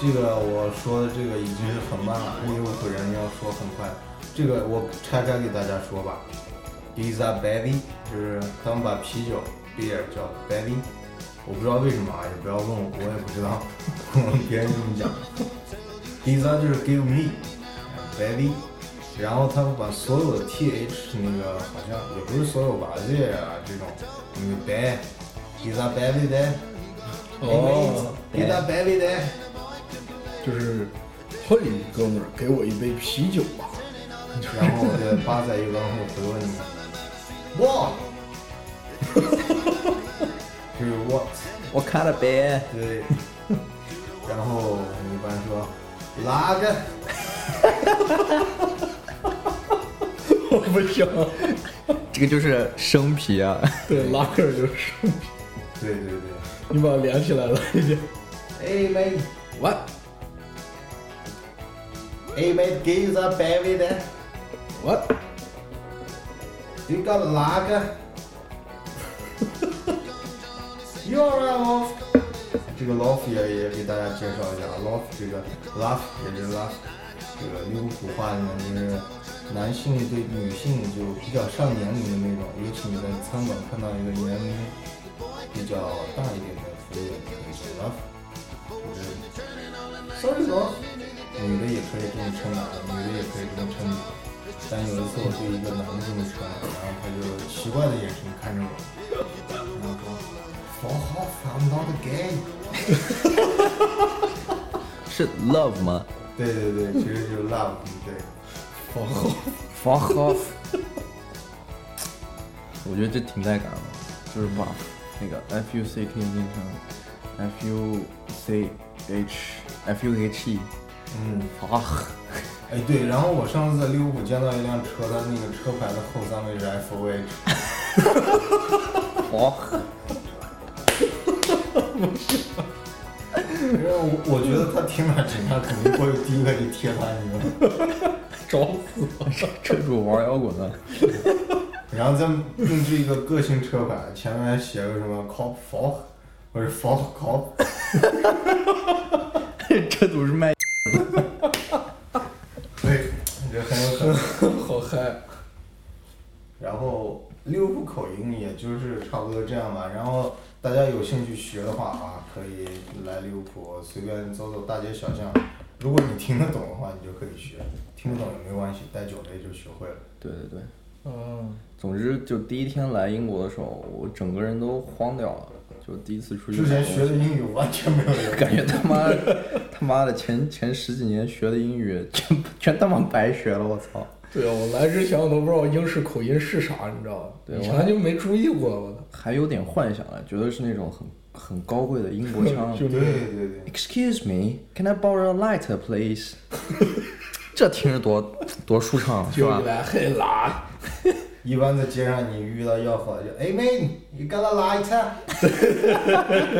A: 这个我说的这个已经是很慢了，利物浦人要说很快。这个我拆开给大家说吧。Is a baby，就是他们把啤酒 beer 叫 baby，我不知道为什么啊，也不要问我，我也不知道， [laughs] 别人这么讲。Is a 就是 give me baby，然后他们把所有的 th 那个好像也不是所有吧，这啊这种，你 baby，is a baby there，
C: 哦，
A: ，is a baby there。
C: 就是，嘿哥们儿，给我一杯啤酒吧。 [laughs]
A: 然后我的八仔一般会回问你，What？就是 What？
D: 我看了呗。
A: 对。然后你一般说哪个？
C: 我不行，
D: 这个就是生啤 [laughs] 啊，
C: 对，拉克儿就是，
A: 对对对。
C: 你把它连起来了已经。
A: 哎妹，
C: 完，
A: 哎妹，给你个白味的，
C: 完，
A: 你搞哪个？You're a lof。这个 lof 也也给大家介绍一下，lof 这个 lof 也是 lof，这个利物浦话呢就是男性对女性就比较上年龄的那种，尤其你在餐馆看到一个年龄比较大一点的服务员，就是 lof，就是 sorry lof，女的也可以这么称男的，女的也可以这么称女的。但有一次我对一个男的这么称，然后他就奇怪的眼神看着我，然后说：“ [laughs] 我好烦恼的 gay。”
D: 是 love 吗？
A: 对对对，其实就是 love，对，
D: f u c off。我觉得这挺带感的，就是把那个 f u c k 变成 f u c h f u h e
A: 嗯，
D: fuck。
A: 哎对，然后我上次在利物浦见到一辆车，它那个车牌的后三位是 F O H，
D: [laughs]
A: [laughs]
D: fuck。
A: 因为我我觉得他听到这样肯定会第一个就贴他，你知道吗？
D: [laughs]
C: 找死了。
D: 车主玩摇 [laughs] 滚啊的，
A: 然后再定制一个个性车牌，前面还写个什么 cop for，或者 for cop，
D: 车主是卖。
A: 对，这很有可能。
C: 好嗨！
A: 然后利物浦口音也就是差不多这样吧。然后大家有兴趣学的话啊，可以来利物浦随便走走大街小巷。如果你听得懂的话，你就可以学；听不懂也没关系，待久了也就学会了。
D: 对对对，
C: 嗯，
D: 总之就第一天来英国的时候，我整个人都慌掉了，就第一次出去
A: 之前
D: 买东西
A: 学的英语完全没有用，
D: [laughs] 感觉他妈 [laughs] 他妈的前前十几年学的英语全全他妈白学了，我操！
C: 对啊，我来之前我都不知道英式口音是啥，你知道吗？
D: 对
C: 以
D: 我
C: 前就没注意过，我操。
D: 还有点幻想啊了，觉得是那种很很高贵的英国
A: [laughs]
D: 腔。
C: 就
A: 对对对，
D: Excuse me, can I borrow a lighter, [laughs] please？这听着多多舒畅，是
C: 就
D: 吧
C: 啊你？来嘿啦，
A: 一般在街上你遇到要好的就，哎妹，你 got a light？
C: [laughs]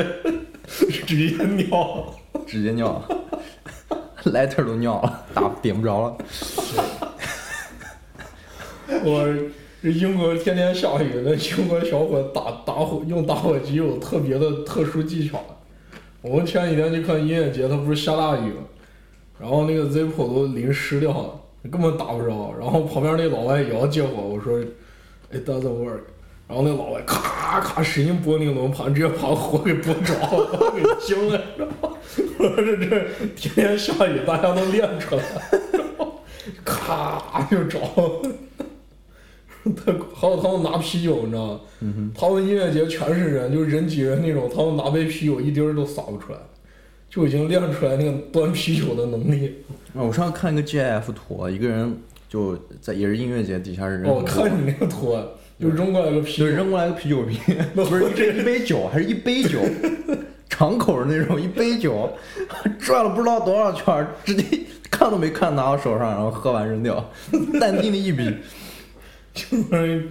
C: 直接尿。
D: 直接尿了 [laughs] ，lighter 都尿了，打点不着了。
C: [laughs] 我这英国天天下雨，那英国小伙打打火用打火机有特别的特殊技巧。我们前几天去看音乐节，他不是下大雨吗？然后那个 Zippo 都淋湿掉了，根本打不着。然后旁边那老外也要借火，我说 It doesn't work。然后那老外咔咔使劲拨那个轮盘，直接把火给拨着 [laughs] 了，把我给惊了。然后我说这这天天下雨，大家都练出来了，然后咔就着了。他还有他们拿啤酒，你知道吗？
D: 嗯
C: 他们音乐节全是人，就是人挤人那种。他们拿杯啤酒一滴儿都洒不出来，就已经练出来那个端啤酒的能力。
D: 啊，我上次看一个 GIF 图，啊一个人就在也是音乐节底下人，
C: 哦，我看你那个图案，就扔过来个啤
D: 就
C: 酒，
D: 扔过来个啤酒瓶，
C: 那
D: 不是
C: 我
D: 这一杯酒，还是一杯酒，敞口的那种一杯酒，转了不知道多少圈儿，直接 [laughs] 看都没看，拿到手上，然后喝完扔掉，淡定的一笔。
C: 就是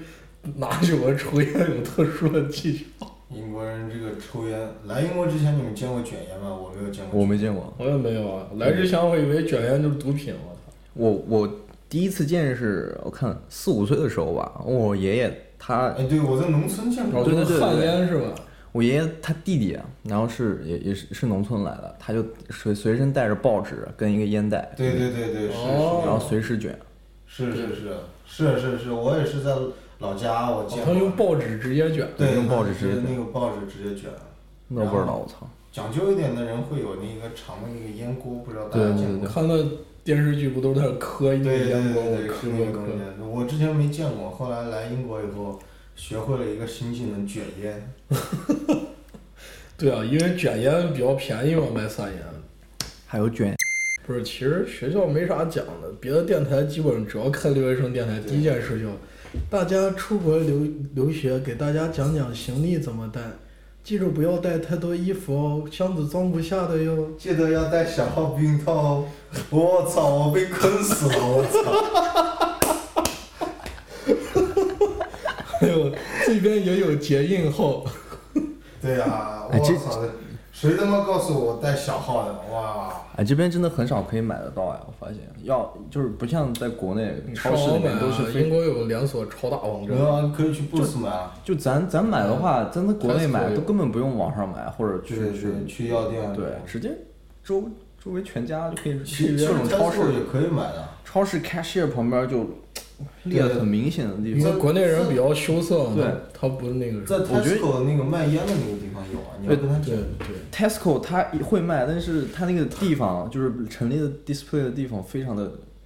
C: 拿酒和抽烟有特殊的技巧，
A: 英国人这个抽烟，来英国之前你们见过卷烟吗？我没有见过。
D: 我没见过，
C: 我也没有啊。来之前我以为卷烟就是毒品，我操！
D: 我我第一次见是我看四五岁的时候吧，我爷爷他
A: 哎，对，我在农村见过。
C: 然后
D: 对对
C: 就
D: 对
C: 是
D: 对
C: 旱
D: 对
C: 烟是吧？
D: 我爷爷他弟弟，然后是也也是是农村来的，他就随随身带着报纸跟一个烟袋，
A: 对对对对，是
C: 哦
D: 然后随时卷，
A: 是是是是是是，我也是在老家我见
C: 哦
A: 过。
C: 他用报纸直接卷，
A: 对
D: 用报纸直接
A: 那个报纸直接卷。
D: 那不知道我操，
A: 讲究一点的人会有那个长的那个烟锅，不知道大家
D: 对对
A: 见
D: 对
A: 过
C: 我
A: 吗？
C: 看那电视剧不都在那磕一个
A: 对对
C: 烟锅，
A: 对
C: 我
A: 对，是
C: 磕
A: 那
C: 过
A: 个
C: 磕
A: 东。西。我之前没见过，后来来英国以后，学会了一个新技能——卷烟。
C: 对啊，因为卷烟比较便宜嘛，卖散烟。
D: 还有卷，
C: 不是，其实学校没啥讲的，别的电台基本上只要开留学生电台，第一件事就，大家出国留留学，给大家讲讲行李怎么带，记住不要带太多衣服哦，箱子装不下的哟。
A: 记得要带小号避孕套哦！我操，我被坑死了！我操，
C: 还有这边也有结印号，
A: 对啊，我
D: 哎这
A: 操，谁他妈告诉我带小号的？哇！
D: 哎，这边真的很少可以买得到呀，我发现要就是不像在国内超市里
C: 买
D: 面都是
C: 啊，英
D: 非，
C: 国有连锁超大网站，
D: 啊
A: 你可以去 Boost 买啊，
D: 就咱咱买的话，
C: 嗯
D: 咱在国内
C: Costco
D: 买
C: 有
D: 都根本不用网上买或者去
A: 对
D: 去
A: 对，去药店。啊
D: 对，直接周周围全家就可
C: [laughs]
D: 以
A: 其
D: 去
A: 实
D: 这种超
A: Tesco
D: 市
A: 也，可以买的。
D: 超市 cashier 旁边
C: [laughs]
D: 就列的很明显的地
C: 因
D: 方
C: 为。国内人比较羞涩嘛，
D: 对
C: 他不是那个
A: 在
C: 什么，
D: 我觉得
A: Tesco 那个卖烟的那个地方有啊，你要
D: 对
A: 跟他
C: 对
A: 讲。
C: 对。
D: Tesco 它会卖，但是它那个地方就是陈列的 display 的地方非常的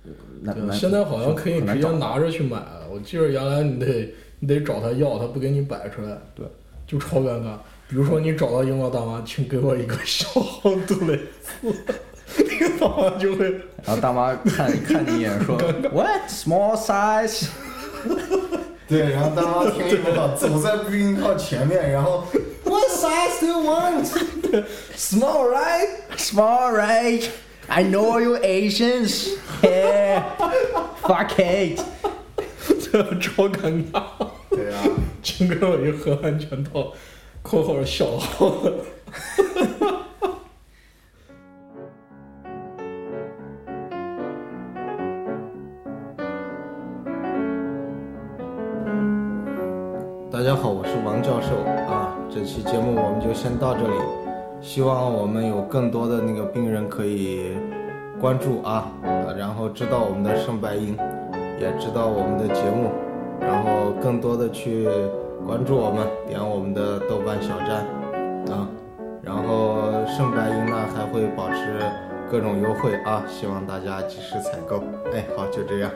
D: 呃难
C: 对，啊
D: 难。
C: 嗯现在好像可以直
D: 很难
C: 接
D: 找
C: 拿着去买，我记得原来你得你得找他要，他不给你摆出来，
D: 对，
C: 就超尴尬。比如说你找到英国大妈，请给我一个小号杜蕾斯，那个大妈就会
D: 然后大妈看看你一眼说 What small size？
A: 对，然后大妈听一不到，走在避孕套前面，然
D: [laughs]
A: 后 What size do you want？
D: Small right? Small right? I know you Asians. Yeah. Fuck it.
C: 超尴尬，
A: 对啊，
C: 请给我一盒安全套（括号小号
A: 大家好，我是王教授啊，这期节目我们就先到这里，希望我们有更多的那个病人可以关注啊，啊然后知道我们的圣白银，也知道我们的节目，然后更多的去关注我们，点我们的豆瓣小站啊，然后圣白银呢还会保持各种优惠啊，希望大家及时采购。哎，好，就这样，